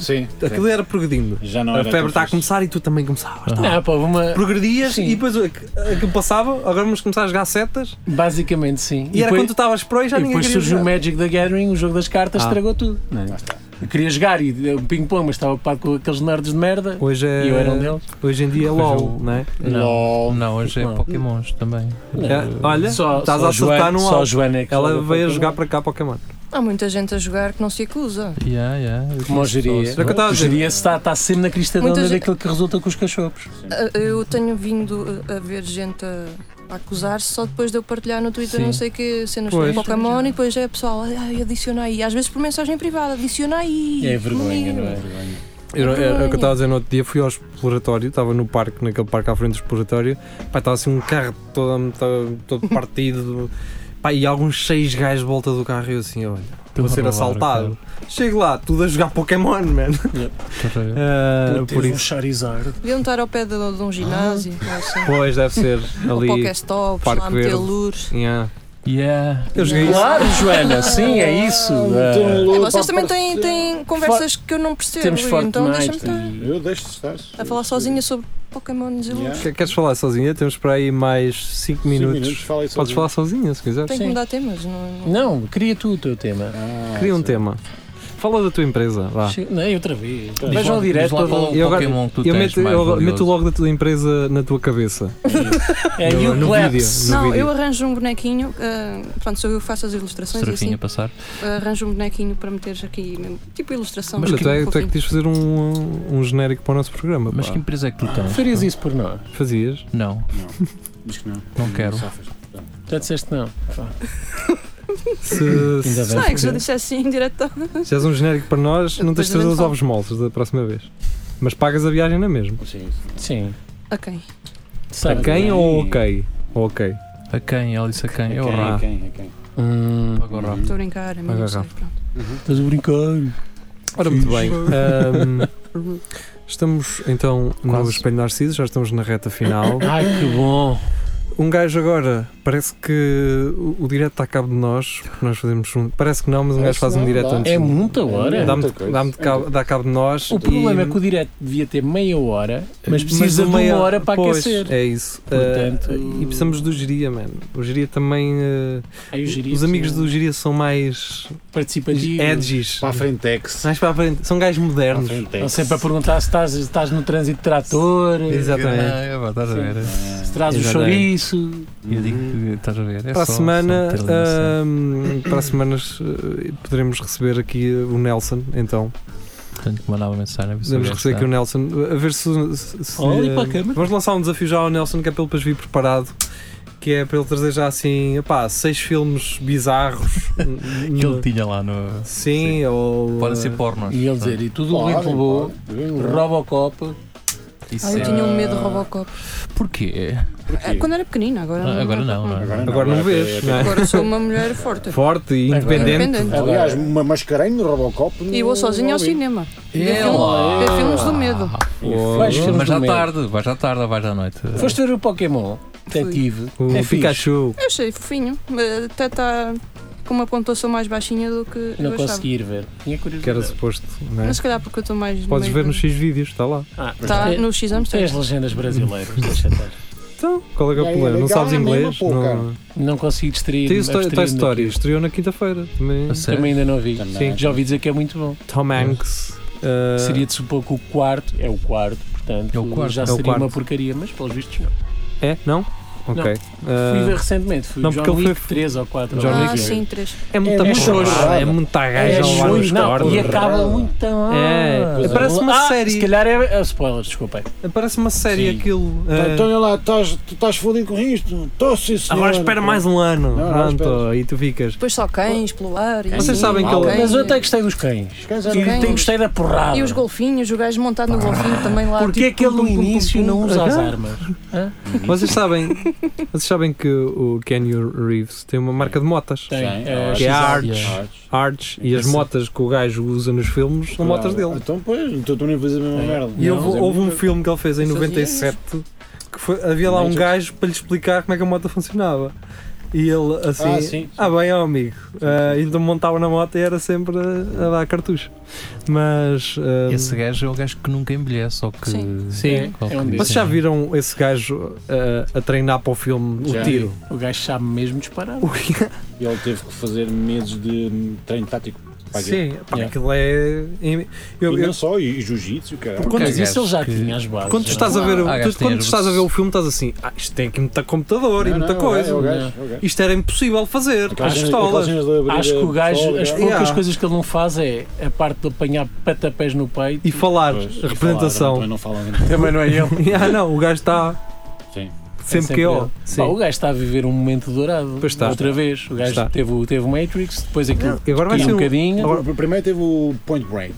S6: Sim.
S7: Aquilo era progredindo.
S6: Já não
S7: A
S6: era
S7: febre
S6: tão
S7: está a
S6: fixe.
S7: começar e tu também começavas.
S3: Ah.
S4: Ah, pá, houve uma.
S7: Progredias
S4: Sim.
S7: e depois o- aquilo passava, agora vamos começar a jogar setas.
S4: Basicamente sim.
S7: E, era
S4: depois-
S7: quando tu estavas pro e já
S4: e
S7: ninguém
S4: depois
S7: queria
S4: surgiu o
S7: jogar.
S4: Magic the Gathering, o jogo das cartas
S2: Ah.
S4: estragou tudo. não é?
S6: Lá está.
S4: Eu queria jogar e deu um ping-pong, mas estava ocupado com aqueles nerds de merda
S2: Hoje é.
S4: e eu era um deles.
S2: Hoje em dia é
S3: Hoje
S2: LOL,
S3: o-
S2: não é?
S3: Não, não, hoje é
S4: Não.
S3: Pokémons também.
S2: É, Olha,
S4: Só,
S2: estás
S4: só
S2: a
S4: Joana-
S2: acertar num
S4: Só a
S2: alvo.
S4: Joana é que
S2: Ela
S4: joga
S2: veio a
S4: Pokémon.
S2: jogar para cá Pokémon.
S5: Há muita gente a jogar que não se acusa.
S3: Yeah, yeah, eu
S4: Como o
S3: conheço
S4: geria.
S3: pessoas-
S2: que eu estava a
S4: O
S2: dizer.
S4: geria está, está sempre na crista da
S5: Muita
S4: onda
S5: gente-
S4: daquilo que resulta com os cachorros.
S5: Ah, Eu tenho vindo a a ver gente a a acusar-se só depois de eu partilhar no Twitter
S3: Sim.
S5: não sei que cenas
S2: Pois.
S5: do Pokémon e depois é pessoal, ai, adiciona aí. Às vezes por mensagem privada, adiciona aí.
S4: É vergonha,
S5: comigo."
S4: não é?
S2: Era, era o que eu estava a dizer no outro dia, fui ao exploratório, estava no parque, naquele parque à frente do exploratório, pá, estava assim um carro todo, todo- todo partido, pá, e alguns seis gajos de volta do carro e eu assim, olha,
S3: Estou
S2: vou
S3: a
S2: ser
S3: roubar,
S2: assaltado. Chego lá, tudo a jogar Pokémon, man.
S3: cara.
S2: Ah,
S4: Puta,
S2: por
S4: teve um
S2: isso.
S4: Charizard.
S5: Deviam estar ao pé de, de um ginásio, ou assim.
S2: Pois, deve ser
S5: Ou
S2: ali.
S5: Pokéstops,
S2: Parque
S5: lá a meter
S2: Verde.
S5: lures.
S2: Yeah.
S3: Yeah.
S2: Eu joguei isso.
S4: Claro, Joana, sim, é isso. Ah,
S6: Então,
S5: É,
S6: louco,
S5: vocês também
S6: pá,
S5: têm, têm conversas que eu não percebo,
S4: Temos
S5: então
S4: Fortnite
S5: deixa-me estar
S4: e-
S6: Eu deixo de estar.
S5: a falar sozinha sobre Pokémon e
S6: Yeah.
S5: lures.
S2: Qu- é Queres falar sozinha? Temos para aí mais 5
S6: Cinco
S2: minutos.
S6: fala aí
S2: Podes
S6: sozinho.
S2: falar sozinha se quiseres.
S5: Tem que
S4: Sim.
S5: mudar temas, não, não.
S4: Não, cria tu o teu tema.
S6: Ah,
S2: Cria um
S6: sim.
S2: tema. Fala da tua empresa, vá.
S4: Che- Não, outra vez.
S2: Então,
S6: Diz
S4: Vejam
S3: lá-
S4: ao direto.
S3: diz lá qual é o
S2: Eu agora-
S3: Pokémon que tu
S2: Eu
S3: tens
S2: meto,
S3: mais
S2: eu
S3: valioso.
S2: meto logo da tua empresa na tua cabeça.
S4: É
S2: No- no
S4: Euclips.
S2: vídeo.
S5: Não,
S2: vídeo.
S5: eu arranjo um bonequinho, ah, pronto, sou eu que faço as ilustrações e assim.
S3: Serafinha passar.
S5: arranjo um bonequinho para meteres aqui, mesmo, tipo ilustração.
S2: Mas Olha, tu é, tu é que
S5: fofinho.
S2: tens de fazer um, um genérico para o nosso programa.
S3: Mas
S2: pá.
S3: que empresa é que tu tens?
S4: Farias isso por nós?
S2: Fazias?
S3: Não,
S6: Diz que não.
S3: não quero.
S6: Safas.
S4: Já disseste não. Pá,
S2: Se, se
S4: Ainda bem.
S5: Não, é que se eu dissesse assim em direto.
S2: fizeres um genérico para nós, não tens
S5: Depois
S2: de trazer
S5: a gente
S2: os
S5: fala.
S2: ovos moldes da próxima vez. Mas pagas a viagem na mesma.
S6: Sim, sim.
S4: Sim.
S5: Ok.
S4: Sabe?
S2: a quem
S6: bem.
S2: ou ok? Ou ok.
S3: A quem? Ela disse a quem? Eu
S6: É quem, é
S3: Rá.
S6: quem, é quem.
S4: Hum,
S3: Agora
S5: Estou a brincar, é
S2: Vai,
S5: melhor sei,
S2: Rafa.
S5: pronto.
S4: estás a brincar.
S2: Ora, muito bem.
S4: Uhum.
S2: Ahm, estamos então no
S3: Quase.
S2: Espelho Narciso, já estamos na reta final.
S4: Ai, que bom.
S2: Um gajo agora, parece que o, o direto está a cabo de nós, porque nós fazemos um. Parece que não, mas um gajo
S6: Parece
S2: faz um
S6: não,
S2: direto
S6: dá.
S2: antes.
S4: É muita hora.
S6: É
S2: Dá-me
S6: muita coisa.
S2: dá-me de cabo- dá cabo de nós.
S4: O
S2: e-
S4: problema é que o direto devia ter meia hora, mas precisa
S2: uma
S4: de uma hora para
S2: pois,
S4: aquecer.
S2: É isso.
S4: Portanto-
S2: Ah, e precisamos do Geria, mano. O Geria também. ah,
S4: Aí eu geria
S2: os amigos É
S4: assim,
S2: do Geria são mais
S4: participativo.
S2: edgys.
S6: Para a Frentex.
S2: Mais para a frente. São gajos
S6: Para a
S2: modernos.
S4: Estão
S6: Frentex.
S4: sempre a perguntar se estás, se estás no trânsito de trator,
S2: Exatamente.
S3: É, pá, estás a ver.
S4: se traz o
S3: Exatamente.
S4: chouriço.
S3: Eu digo, estás a ver. É
S2: Para a,
S3: só-
S2: semana, ah,
S3: só ter ligação.
S2: ahm, para a semana ah, poderemos receber aqui ah, o Nelson, então.
S3: Portanto, que mandava mensagem. a ver se
S2: Podemos
S3: alguém
S2: receber aqui o
S3: está.
S2: Nelson. A ver se. se- se-
S4: Olha para a
S2: eh,
S4: câmara.
S2: Vamos lançar um desafio já ao Nelson, que é para ele depois vir preparado. Que é para ele trazer já assim, pá, seis filmes bizarros.
S3: Que
S2: N-
S3: ele tinha lá no.
S2: Sim, ou.
S3: Podem tipo. ser
S2: eh,
S3: pornos.
S4: E ele dizer, e tudo o
S6: Claro,
S4: Rui levou,
S2: Uhum.
S6: claro.
S2: É,
S4: Robocop,
S3: Isso
S5: Ah, eu
S3: é-
S5: tinha um medo de Robocop.
S3: Porquê?
S5: Ah, quando era pequenina, agora
S3: Ah, Agora não, não. é?
S2: Agora não
S6: é-
S2: vês,
S6: é-
S2: não é?
S5: Agora sou uma mulher forte.
S2: Forte e
S4: Agora-
S2: independente.
S5: Independente.
S6: Aliás, uma mascarenha no Robocop.
S5: E vou
S6: não-
S5: sozinha
S6: não
S5: ao
S6: vi.
S5: cinema.
S3: É
S5: filme-
S3: lá.
S5: ver filmes do medo.
S2: Pô,
S4: Vais filmes
S3: Mas
S4: do
S3: já
S4: medo.
S3: tarde, vais à tarde ou vais à noite?
S4: Foste ver o Pokémon? Detetive.
S2: O
S4: é fixe.
S2: Pikachu.
S5: Eu achei fofinho, mas até está com uma pontuação mais baixinha do que eu
S4: Não
S5: achava.
S4: consegui ir ver. Tinha
S2: Que era
S4: curiosidade.
S2: suposto, não é?
S5: Mas se calhar porque eu estou mais. no
S2: Podes
S5: meio
S2: ver
S5: do-
S2: nos X vídeos, está lá.
S4: Ah,
S3: É.
S5: Tá,
S4: tem-
S5: no X
S4: Tem as
S5: Amsterdã.
S4: legendas brasileiras, deixa estar.
S2: Então, qual é que é o
S6: É, é
S2: problema? Não
S6: legal,
S2: sabes
S6: é mesmo,
S2: inglês?
S6: pô, cara.
S2: Não.
S4: Não consegui distrair.
S2: Tem o Toy- Toy Story, estreou na quinta-feira. Também.
S3: A sério?
S4: Também ainda não vi.
S6: Também.
S4: Já ouvi dizer que é muito bom.
S2: Tom Hanks. eh,
S4: Seria de supor que o quarto é o quarto, portanto
S3: É o quarto.
S4: já
S2: É o
S4: seria
S2: quarto.
S4: uma porcaria, mas pelos vistos não.
S2: É? Não? Ok.
S4: Fui ver
S2: Eh,
S4: recentemente, fui
S2: não,
S4: não,
S2: porque
S4: John
S2: ele foi-
S4: Wick 3 ou 4.
S2: John
S5: Ah,
S2: Wick.
S5: sim, três.
S2: é muita
S6: é
S2: porrada,
S6: xoxo.
S2: é muita gaja
S4: É,
S2: lá nos
S4: juiz, não,
S2: cornos.
S4: e acaba muito
S2: É,
S4: lá.
S2: parece uma
S4: Ah,
S2: série.
S4: Se calhar é, é spoilers, desculpem.
S2: Parece uma série
S6: Sim.
S2: aquilo. eh,
S4: é
S6: Então, olha lá, estás- tu estás fodido com isto? Estou sim, senhor.
S2: agora espera mais um ano.
S6: Não, não,
S2: Pronto, e tu ficas.
S5: Depois só cães pelo ar. e-
S2: Vocês sabem que
S5: Cães.
S2: ele-
S4: Mas eu até gostei dos cães.
S6: Quer dizer,
S5: Sim.
S4: E
S5: Cães.
S4: até gostei da porrada.
S5: E os golfinhos, o gajo montado no golfinho também lá.
S4: Porquê
S5: tipo,
S4: que ele
S5: pum,
S4: no
S5: pum, pum,
S4: início
S5: pum,
S4: não
S5: pum.
S4: usa as
S2: Aham.
S4: armas?
S2: Vocês sabem Vocês sabem que o Kenny Reeves tem uma marca de motas.
S4: Tem,
S6: Sim,
S4: é,
S6: acho
S2: que é a
S6: sim.
S3: Arch.
S6: Arch.
S2: Arch e as motas que o gajo usa nos filmes são motas
S6: Claro.
S2: dele.
S6: Então, pois, então tu nem fazes a mesma
S4: É.
S6: merda.
S2: E
S6: Não,
S2: houve,
S6: mas é
S2: houve um
S6: muito-
S2: filme que ele fez em
S5: Essas
S2: 97 que foi, havia lá um
S6: Major.
S2: gajo para lhe explicar como é que a moto funcionava. E ele assim.
S6: Ah, sim.
S2: "Ah, bem, ó amigo. ah, então montava na moto e era sempre a, a dar cartucho. Mas. ah,
S3: Esse gajo é o gajo que nunca envelhece, só que.
S5: Sim.
S2: Sim.
S3: qual que
S4: É um
S3: diz,
S2: Vocês
S4: desses.
S2: já
S3: né?
S2: viram esse gajo ah, a treinar para o filme
S6: Já.
S2: o tiro?
S4: O gajo sabe mesmo disparar.
S6: E ele teve que fazer meses de hum, treino tático. para aquilo.
S2: Sim, pá,
S4: Yeah.
S2: aquilo é. Eu,
S6: E
S2: eu-
S6: não só, e, e jiu-jitsu, cara.
S3: Porque
S4: Mas
S3: há
S4: isso ele já
S3: gajos que-
S4: tinha as bases. é?
S2: quando tu estás a ver, o- tu-
S3: Ah, gajo tem
S2: quando tu
S3: as-
S2: estás a ver o filme, estás assim, ah, isto tem aqui muita computador e muita coisa.
S6: É o
S4: gajo,
S6: gajo, é o gajo.
S2: Isto era impossível de fazer, com as pistolas.
S4: Acho que o gajo, é
S6: é,
S4: as poucas
S2: né? Yeah.
S4: coisas que ele não faz é a parte de apanhar patapés no peito.
S2: E
S6: é,
S2: falar, representação.
S6: Também não fala
S4: Também não é ele.
S2: ah, não, o gajo está
S6: Sim.
S2: sempre,
S4: É sempre
S2: que é eu.
S4: ele. Pá, o gajo está a viver um momento dourado.
S2: Pois está.
S4: Outra vez. O
S2: Está.
S4: gajo teve, o- teve o Matrix, depois aquilo.
S2: E agora vai
S4: Vai
S2: ser
S4: um
S2: um.
S4: bocadinho.
S2: Agora-
S6: O Primeiro teve o Point Break.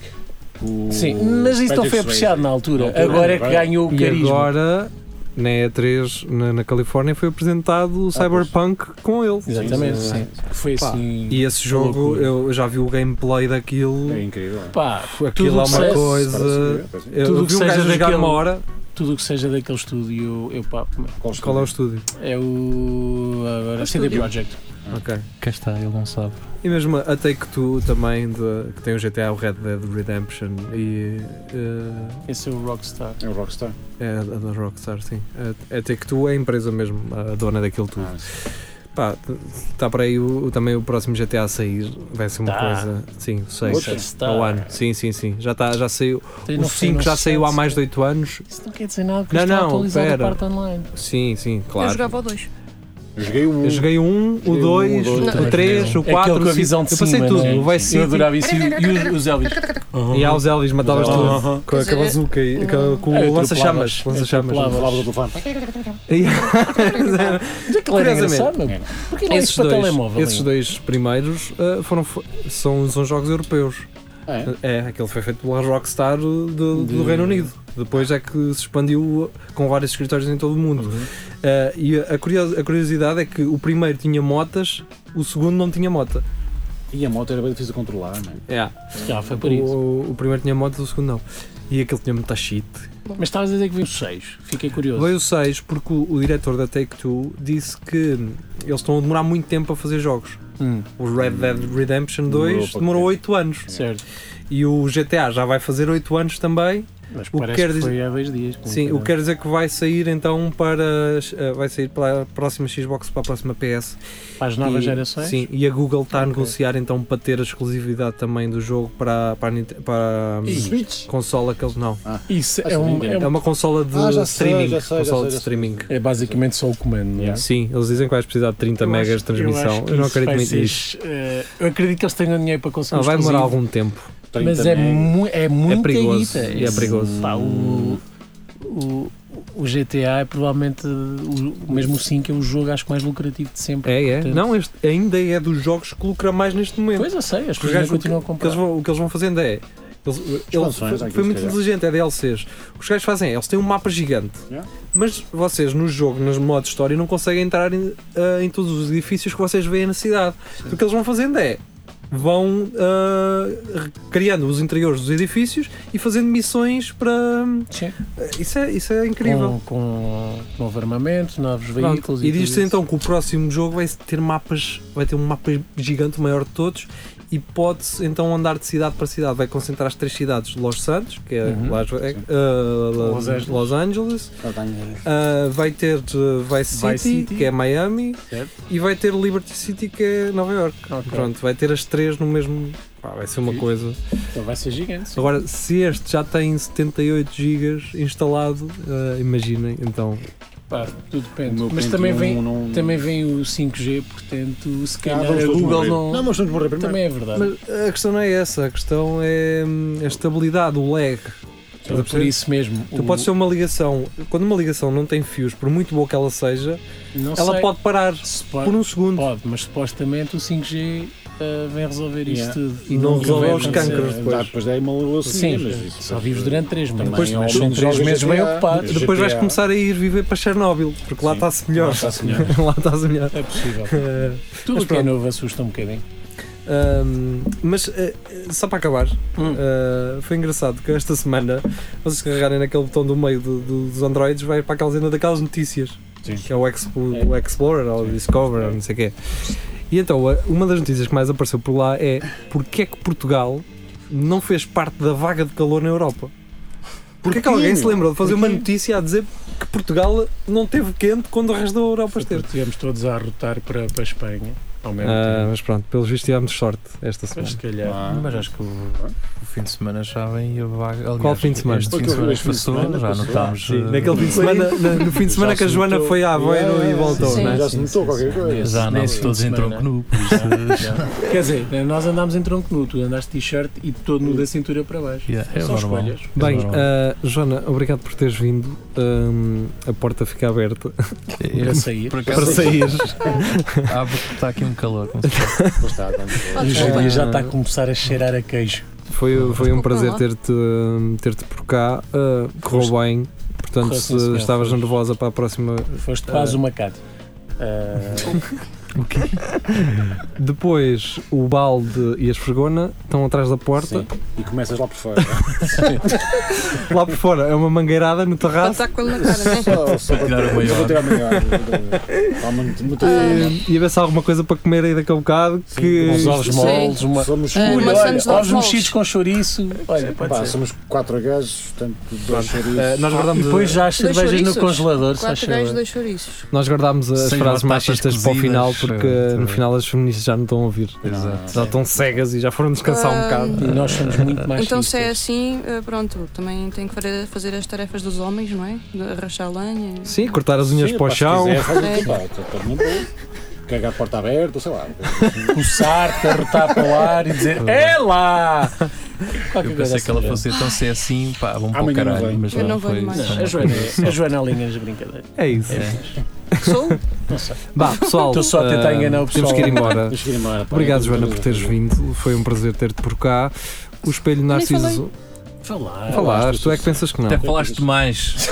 S6: O
S4: Sim, mas isso não
S6: Patrick
S4: foi apreciado
S6: Swayze.
S4: na altura.
S6: Na altura,
S4: agora é que
S6: agora-
S4: ganhou o
S2: E
S4: carisma.
S2: agora, na E3, na, na Califórnia, foi apresentado
S4: Ah,
S2: o Cyberpunk com ele.
S4: Exatamente,
S6: Sim,
S4: sim.
S6: sim,
S4: Foi
S2: Pá,
S4: assim.
S2: E esse jogo,
S4: Loucura.
S2: eu já vi o gameplay daquilo.
S6: É incrível.
S4: Pá,
S2: Pô, Aquilo
S4: tudo
S2: é
S4: que
S2: uma
S4: seja-
S2: coisa.
S6: Parece- é, parece-
S2: Eu
S4: Tudo
S2: vi um
S4: que
S2: gajo
S4: seja
S2: a jogar
S4: daquele-
S2: uma hora.
S4: tudo o que seja daquele estúdio, eu pá,
S6: Qual
S2: Qual é o
S6: estúdio?
S2: estúdio?
S4: é o. Agora,
S5: O
S4: CD
S5: estúdio.
S4: Projekt.
S2: Ok.
S3: Cá está, ele não sabe.
S2: E mesmo a Take Two também, de- que tem o GTA, o Red Dead Redemption e eh,
S4: Esse é o Rockstar.
S6: É o Rockstar.
S2: é a da Rockstar, sim. A, a Take Two é a empresa mesmo, a dona daquilo tudo.
S6: Ah, sim.
S2: Pá, está para aí o, o- também o próximo GTA a sair, vai ser uma
S4: Tá.
S2: coisa. Sim, o 6
S6: Outra?
S2: ao ano. Sim, sim, sim. Já, tá, já saiu.
S4: Tem
S2: o
S4: não sei,
S2: 5 já
S4: não sei,
S2: saiu há
S4: não
S2: mais de
S4: sei.
S2: 8 anos.
S4: Isso não quer dizer nada, porque
S2: Não,
S4: está
S2: não,
S4: atualizado
S2: pera.
S4: a parte online.
S2: Sim, sim,
S5: Eu
S2: claro.
S5: jogava o 2.
S6: Eu Joguei um.
S2: Eu joguei o 1, o
S6: Joguei o
S2: 2,
S6: um, o dois,
S2: o 3, o
S4: É aquele
S2: 4,
S4: com a visão de
S2: Eu passei
S4: cima,
S2: tudo, tipo-
S4: não é?
S2: o Vice City.
S4: Eu adorava isso. E, e os, os Elvis.
S2: E há os Elvis, matavas
S6: Os
S2: tudo.
S6: Elvis.
S2: Com a
S5: Quer dizer,
S2: bazuca e com- com
S4: É,
S2: o lança-chamas.
S4: atropelavas,
S2: Lança-chamas.
S4: atropelavas.
S6: Falava do telefone.
S2: É,
S4: Aquilo era
S2: Curiosamente,
S4: engraçado, meu. Porquê não é
S2: Esses
S4: isso para
S2: dois,
S4: telemóvel?
S2: esses
S4: hein?
S2: dois primeiros ah, foram, fo- são, são jogos europeus.
S6: Ah, é?
S2: É, aquele foi feito pela Rockstar do, do
S4: De-
S2: Reino Unido. Depois é que se expandiu com vários escritórios em todo o mundo. Ah, e a, curios- a curiosidade é que o primeiro tinha motas, o segundo não tinha mota.
S6: E a moto era bem difícil de controlar, não é?
S2: É,
S4: Já, foi por isso.
S2: o, o primeiro tinha motas, o segundo não. E aquele tinha muita shit.
S4: Mas estavas a dizer que viu os 6. Fiquei curioso.
S2: Veio o 6 porque o, o diretor da Take-Two disse que eles estão a demorar muito tempo a fazer jogos.
S4: Hum,
S2: O Red Dead Redemption
S6: Demorou
S2: 2
S6: para
S2: demorou
S6: quê?
S2: 8 anos.
S4: certo.
S2: E o GTA já vai fazer 8 anos também.
S4: Mas
S2: que
S4: parece
S2: quer
S4: que
S2: dizer-
S4: foi há dois dias. com
S2: Sim, o que
S4: caralho.
S2: quer dizer que vai sair então para. eh, Vai sair para a próxima Xbox, para a próxima PS.
S4: um. Para as novas
S2: E-
S4: gerações?
S2: Sim, e a Google está a
S4: Ok.
S2: negociar então para ter a exclusividade também do jogo para, para, a Ninte- para a
S6: Switch?
S2: consola que eles não.
S4: Isso é,
S6: Ah,
S4: um,
S6: sim,
S4: é,
S2: É
S4: um-
S2: uma consola de
S6: Ah, já sei,
S2: streaming.
S6: já sei, já
S2: consola
S6: sei,
S2: de
S6: já sei.
S2: streaming.
S4: é basicamente só o comando, não é?
S6: Yeah.
S2: Sim, eles dizem que vais precisar de 30 megas de transmissão. Eu, não acredito muito nisso.
S4: nisso. eh, Eu acredito que eles tenham dinheiro para conseguir
S2: Não,
S4: os
S2: vai demorar
S4: exclusivos,
S2: algum tempo.
S4: Mas é, mu é muito
S2: perigoso, e é perigoso.
S4: Pá, o, o, o GTA é provavelmente, o, mesmo o 5 é o jogo acho que mais lucrativo de sempre.
S2: É, é.
S4: Portanto-
S2: Não, este ainda é dos jogos que lucra mais neste momento.
S4: Pois eu sei, as
S2: Porque
S4: pessoas ainda
S2: o que,
S4: continuam a
S2: o que eles
S4: comprar.
S2: vão, o que eles vão fazendo é. Eles, eles,
S6: Expansões,
S2: foi,
S6: aqui,
S2: foi
S6: se
S2: muito
S6: calhar.
S2: inteligente, é DLCs. O que os gajos fazem é, eles têm um mapa gigante,
S6: Yeah.
S2: mas vocês no jogo, nos modos de história, não conseguem entrar em, ah, em todos os edifícios que vocês veem na cidade. O que eles vão fazendo é, vão ah, criando os interiores dos edifícios e fazendo missões para.
S4: Sim.
S2: Isso é, isso é incrível.
S4: Com, com novo armamento, novos
S2: Pronto,
S4: veículos
S2: E
S4: tudo
S2: diz-se
S4: isso.
S2: então que o próximo jogo vai ter mapas, vai ter um mapa gigante, o maior de todos, e pode-se então andar de cidade para cidade. Vai concentrar as três cidades de Los Santos, que é
S4: Uhum.
S2: Las, eh, eh, La-
S4: Los Angeles.
S2: Los Angeles, ah, vai ter eh, Vice City,
S4: Vice City.
S2: que é Miami,
S4: Certo.
S2: e vai ter Liberty City, que é Nova York.
S4: Ok.
S2: Pronto, vai ter as três no mesmo. Pá, vai ser uma
S4: Fixe.
S2: coisa.
S4: Então vai ser gigante.
S2: Agora, se este já tem 78 GB instalado, eh, imaginem então.
S4: Pá, tudo
S6: O
S4: depende.
S6: um meu
S4: Mas
S6: Pentium
S4: também vem,
S6: não-
S4: também vem o 5G, portanto, se
S6: Ah,
S4: calhar
S6: vamos
S4: a
S6: todos
S4: Google
S6: morrer.
S4: não.
S6: Não, mas vamos morrer primeiro.
S4: também é verdade.
S2: Mas a questão não é essa, a questão é hum, a estabilidade, o lag.
S4: Então,
S2: Estás a
S4: por
S2: perceber?
S4: isso mesmo.
S2: Tu podes ter uma ligação, quando uma ligação não tem fios, por muito boa que ela seja,
S4: não
S2: ela
S4: sei
S2: pode parar
S4: se
S2: por
S4: pode,
S2: um segundo.
S4: pode, mas supostamente o 5G eh, vem resolver
S6: Yeah.
S4: isto tudo.
S2: E
S6: um
S2: não
S4: Nunca vai
S2: resolve os
S4: acontecer.
S2: cânceres depois.
S6: Ah, depois daí uma leucemia,
S4: Sim,
S6: mas isso é
S4: só vives durante 3 meses.
S6: Depois-
S4: Também é um homem de três
S6: jogas
S4: meses bem
S6: GTA.
S4: ocupado.
S6: Depois-
S2: Depois vais
S6: GTA.
S2: começar a ir viver para Chernobyl, porque lá
S6: Sim.
S2: está-se melhor.
S6: Lá está-se melhor.
S2: Lá está-se melhor.
S4: É possível.
S2: Eh,
S4: Tudo
S2: Mas
S4: o que é
S2: pronto.
S4: novo assusta um bocadinho.
S2: Um, mas eh, eh, só para acabar,
S4: Hum.
S2: eh, foi engraçado que esta semana vocês carregarem naquele botão do meio do- do- dos Androids, vai para aquela zona daquelas notícias
S6: Sim.
S2: que é o, Expo- o Explorer ou o Discoverer, ou não sei o quê. E então, a- uma das notícias que mais apareceu por lá é porque é que Portugal não fez parte da vaga de calor na Europa? Porque é que alguém se lembrou de fazer uma notícia a dizer que Portugal não teve quente quando o resto da Europa esteve?
S4: Estivemos todos a arrotar para, para a Espanha. Ao mesmo
S2: Ah, mas pronto, pelos vistos tivemos sorte esta
S4: tempo.
S2: semana.
S4: Mas se calhar.
S6: Ah,
S3: Mas acho que o, o fim de semana já vem e a vaga. Aliás,
S2: Qual fim de semana?
S3: Este fim
S6: Porque
S3: de semana
S6: este
S3: que
S6: fim de
S3: passou,
S6: semana
S3: já não
S6: passou.
S3: estamos.
S2: Sim,
S3: eh,
S2: naquele fim de semana, na- no fim de semana
S6: Ah, Já
S2: que a
S6: se
S2: Joana
S6: notou.
S2: foi à Aveiro
S6: Yeah,
S2: e voltou,
S5: sim.
S2: não é?
S6: Já se notou qualquer coisa.
S3: eh, Já não,
S4: Nesse fim
S3: todos
S4: de
S3: em
S4: semana.
S3: tronco nu. por isso, eh,
S4: Quer dizer, nós andámos em tronco nu, tu andaste de t-shirt e todo nu da cintura para baixo.
S3: yeah, É
S4: São
S3: normal.
S4: escolhas.
S3: É
S2: Bem,
S3: normal.
S2: ah, Joana, obrigado por teres vindo. Ahm, a porta fica aberta
S4: Para
S3: Eu-
S4: sair.
S3: É, Por
S2: para
S3: acaso,
S2: sair.
S3: há porque está aqui um calor. como se fosse.
S6: Pois está, tanto.
S5: Ah,
S4: E o
S5: desculpa.
S4: Julinho já está a começar a cheirar a queijo.
S2: Foi, foi um
S5: Desculpa
S2: prazer
S5: lá.
S2: ter-te ter -te por cá. Ah, correu bem. Portanto,
S4: Correu, sim,
S2: se
S4: senhor.
S2: estavas
S4: Foi.
S2: nervosa para a próxima.
S4: Foste quase um uma cata. Ah,
S2: Depois, o balde e a esfregona estão atrás da porta.
S6: Sim. E começas lá por fora.
S2: Lá por fora é uma mangueirada no
S5: Para
S2: terraço.
S5: estar com ele na cara, né?
S6: Só, só para
S3: Tirar o maior.
S6: só para tirar o maior. Ah, Há muito- muito-
S2: E, e a ver se há alguma coisa para comer aí daqui a um bocado.
S6: Sim,
S2: que
S4: uns ovos
S5: Sim.
S4: moles, uma.
S6: Somos
S5: Ah,
S6: escolha.
S5: mas
S4: Eh, Olha,
S5: somos
S4: olha,
S5: nós
S4: ovos mexidos com chouriço. Olha, pode
S6: Pá,
S4: ser.
S6: somos quatro gajos, portanto, dois
S2: Ah,
S6: chouriços.
S2: nós
S4: E
S2: guardamos a-
S4: depois já as
S5: Dois
S4: cervejas no
S5: chouriços?
S4: congelador, se
S5: Quatro
S4: achas
S5: gajos,
S4: bem.
S5: dois chouriços.
S2: Nós guardámos as
S3: Sem
S2: frases
S3: batatas
S2: machistas para o
S3: cozidas.
S2: final porque
S3: Exatamente.
S2: no final as feministas já não estão a ouvir.
S3: Exato.
S2: Já estão cegas e já foram descansar um
S5: Ah,
S2: bocado.
S4: E nós somos muito mais
S5: Então, se é assim, eh, pronto, também tenho que fare- fazer as tarefas dos homens, não é? De arrachar lenha.
S2: Sim, cortar as unhas
S6: Sim,
S2: para o
S6: pá, se
S2: chão.
S6: quiser, faz o que
S5: É.
S6: pá, tá- tá muito bem. Cagar a porta aberta, sei lá.
S4: coçar-te, arrotar para o ar e dizer é lá! Qualquer
S3: Eu pensei
S4: coisa
S3: que ela
S4: assim.
S3: fosse então se é assim, pá, vamos para o
S6: Amanhã não
S3: caralho.
S6: venho.
S3: Mas
S5: Eu
S3: não
S5: não
S3: foi
S5: venho mais.
S3: isso.
S4: A Joana, é- a Joana alinha as brincadeiras.
S2: É isso.
S5: Sou?
S2: Bah, pessoal.
S4: Estou só a tentar
S2: ah,
S4: enganar o
S2: Temos
S4: pessoal.
S2: que ir embora.
S6: Deixa eu ir embora, pá. é
S2: Obrigado, Joana, por teres vindo. Foi um prazer ter-te por cá. O espelho Narciso.
S4: Falar.
S2: Falaste, tu é que pensas que não.
S3: Até falaste mais.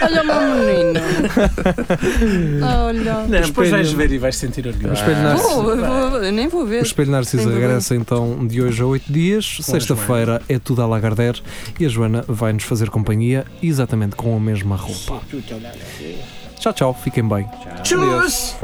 S5: Olha o meu menino. Olha.
S2: O
S4: Depois vais
S2: espelho,
S4: ver e vais sentir
S2: o
S4: orgulho.
S5: Ah.
S2: espelho Narciso.
S5: Vou, eu vou- eu nem vou
S2: O
S5: ver.
S2: Espelho Narciso
S5: Sem problema.
S2: regressa então de hoje a 8 dias. Sexta-feira é tudo a Lagardère e a Joana vai-nos fazer companhia exatamente com a mesma roupa. Tchau, tchau, fiquem bem. Adeus.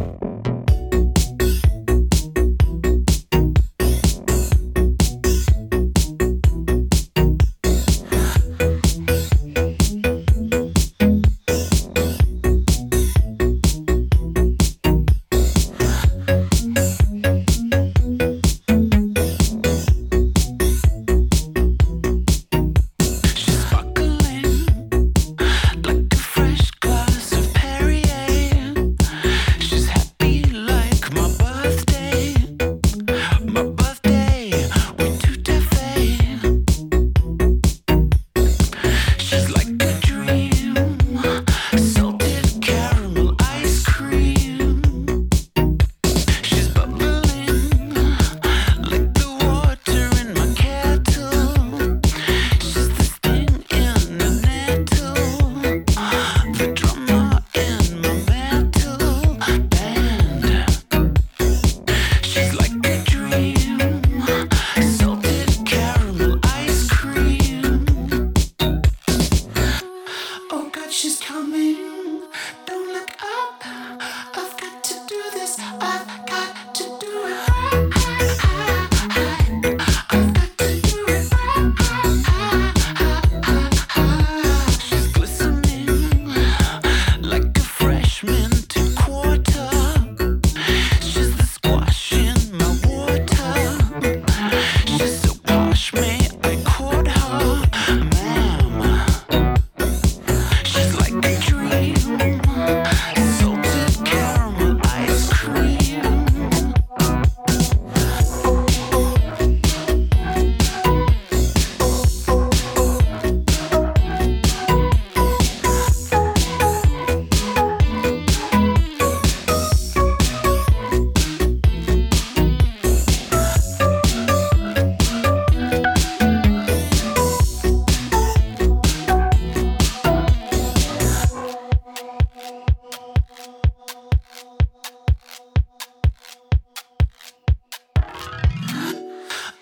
S7: She's happy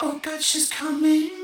S9: Oh, she's coming.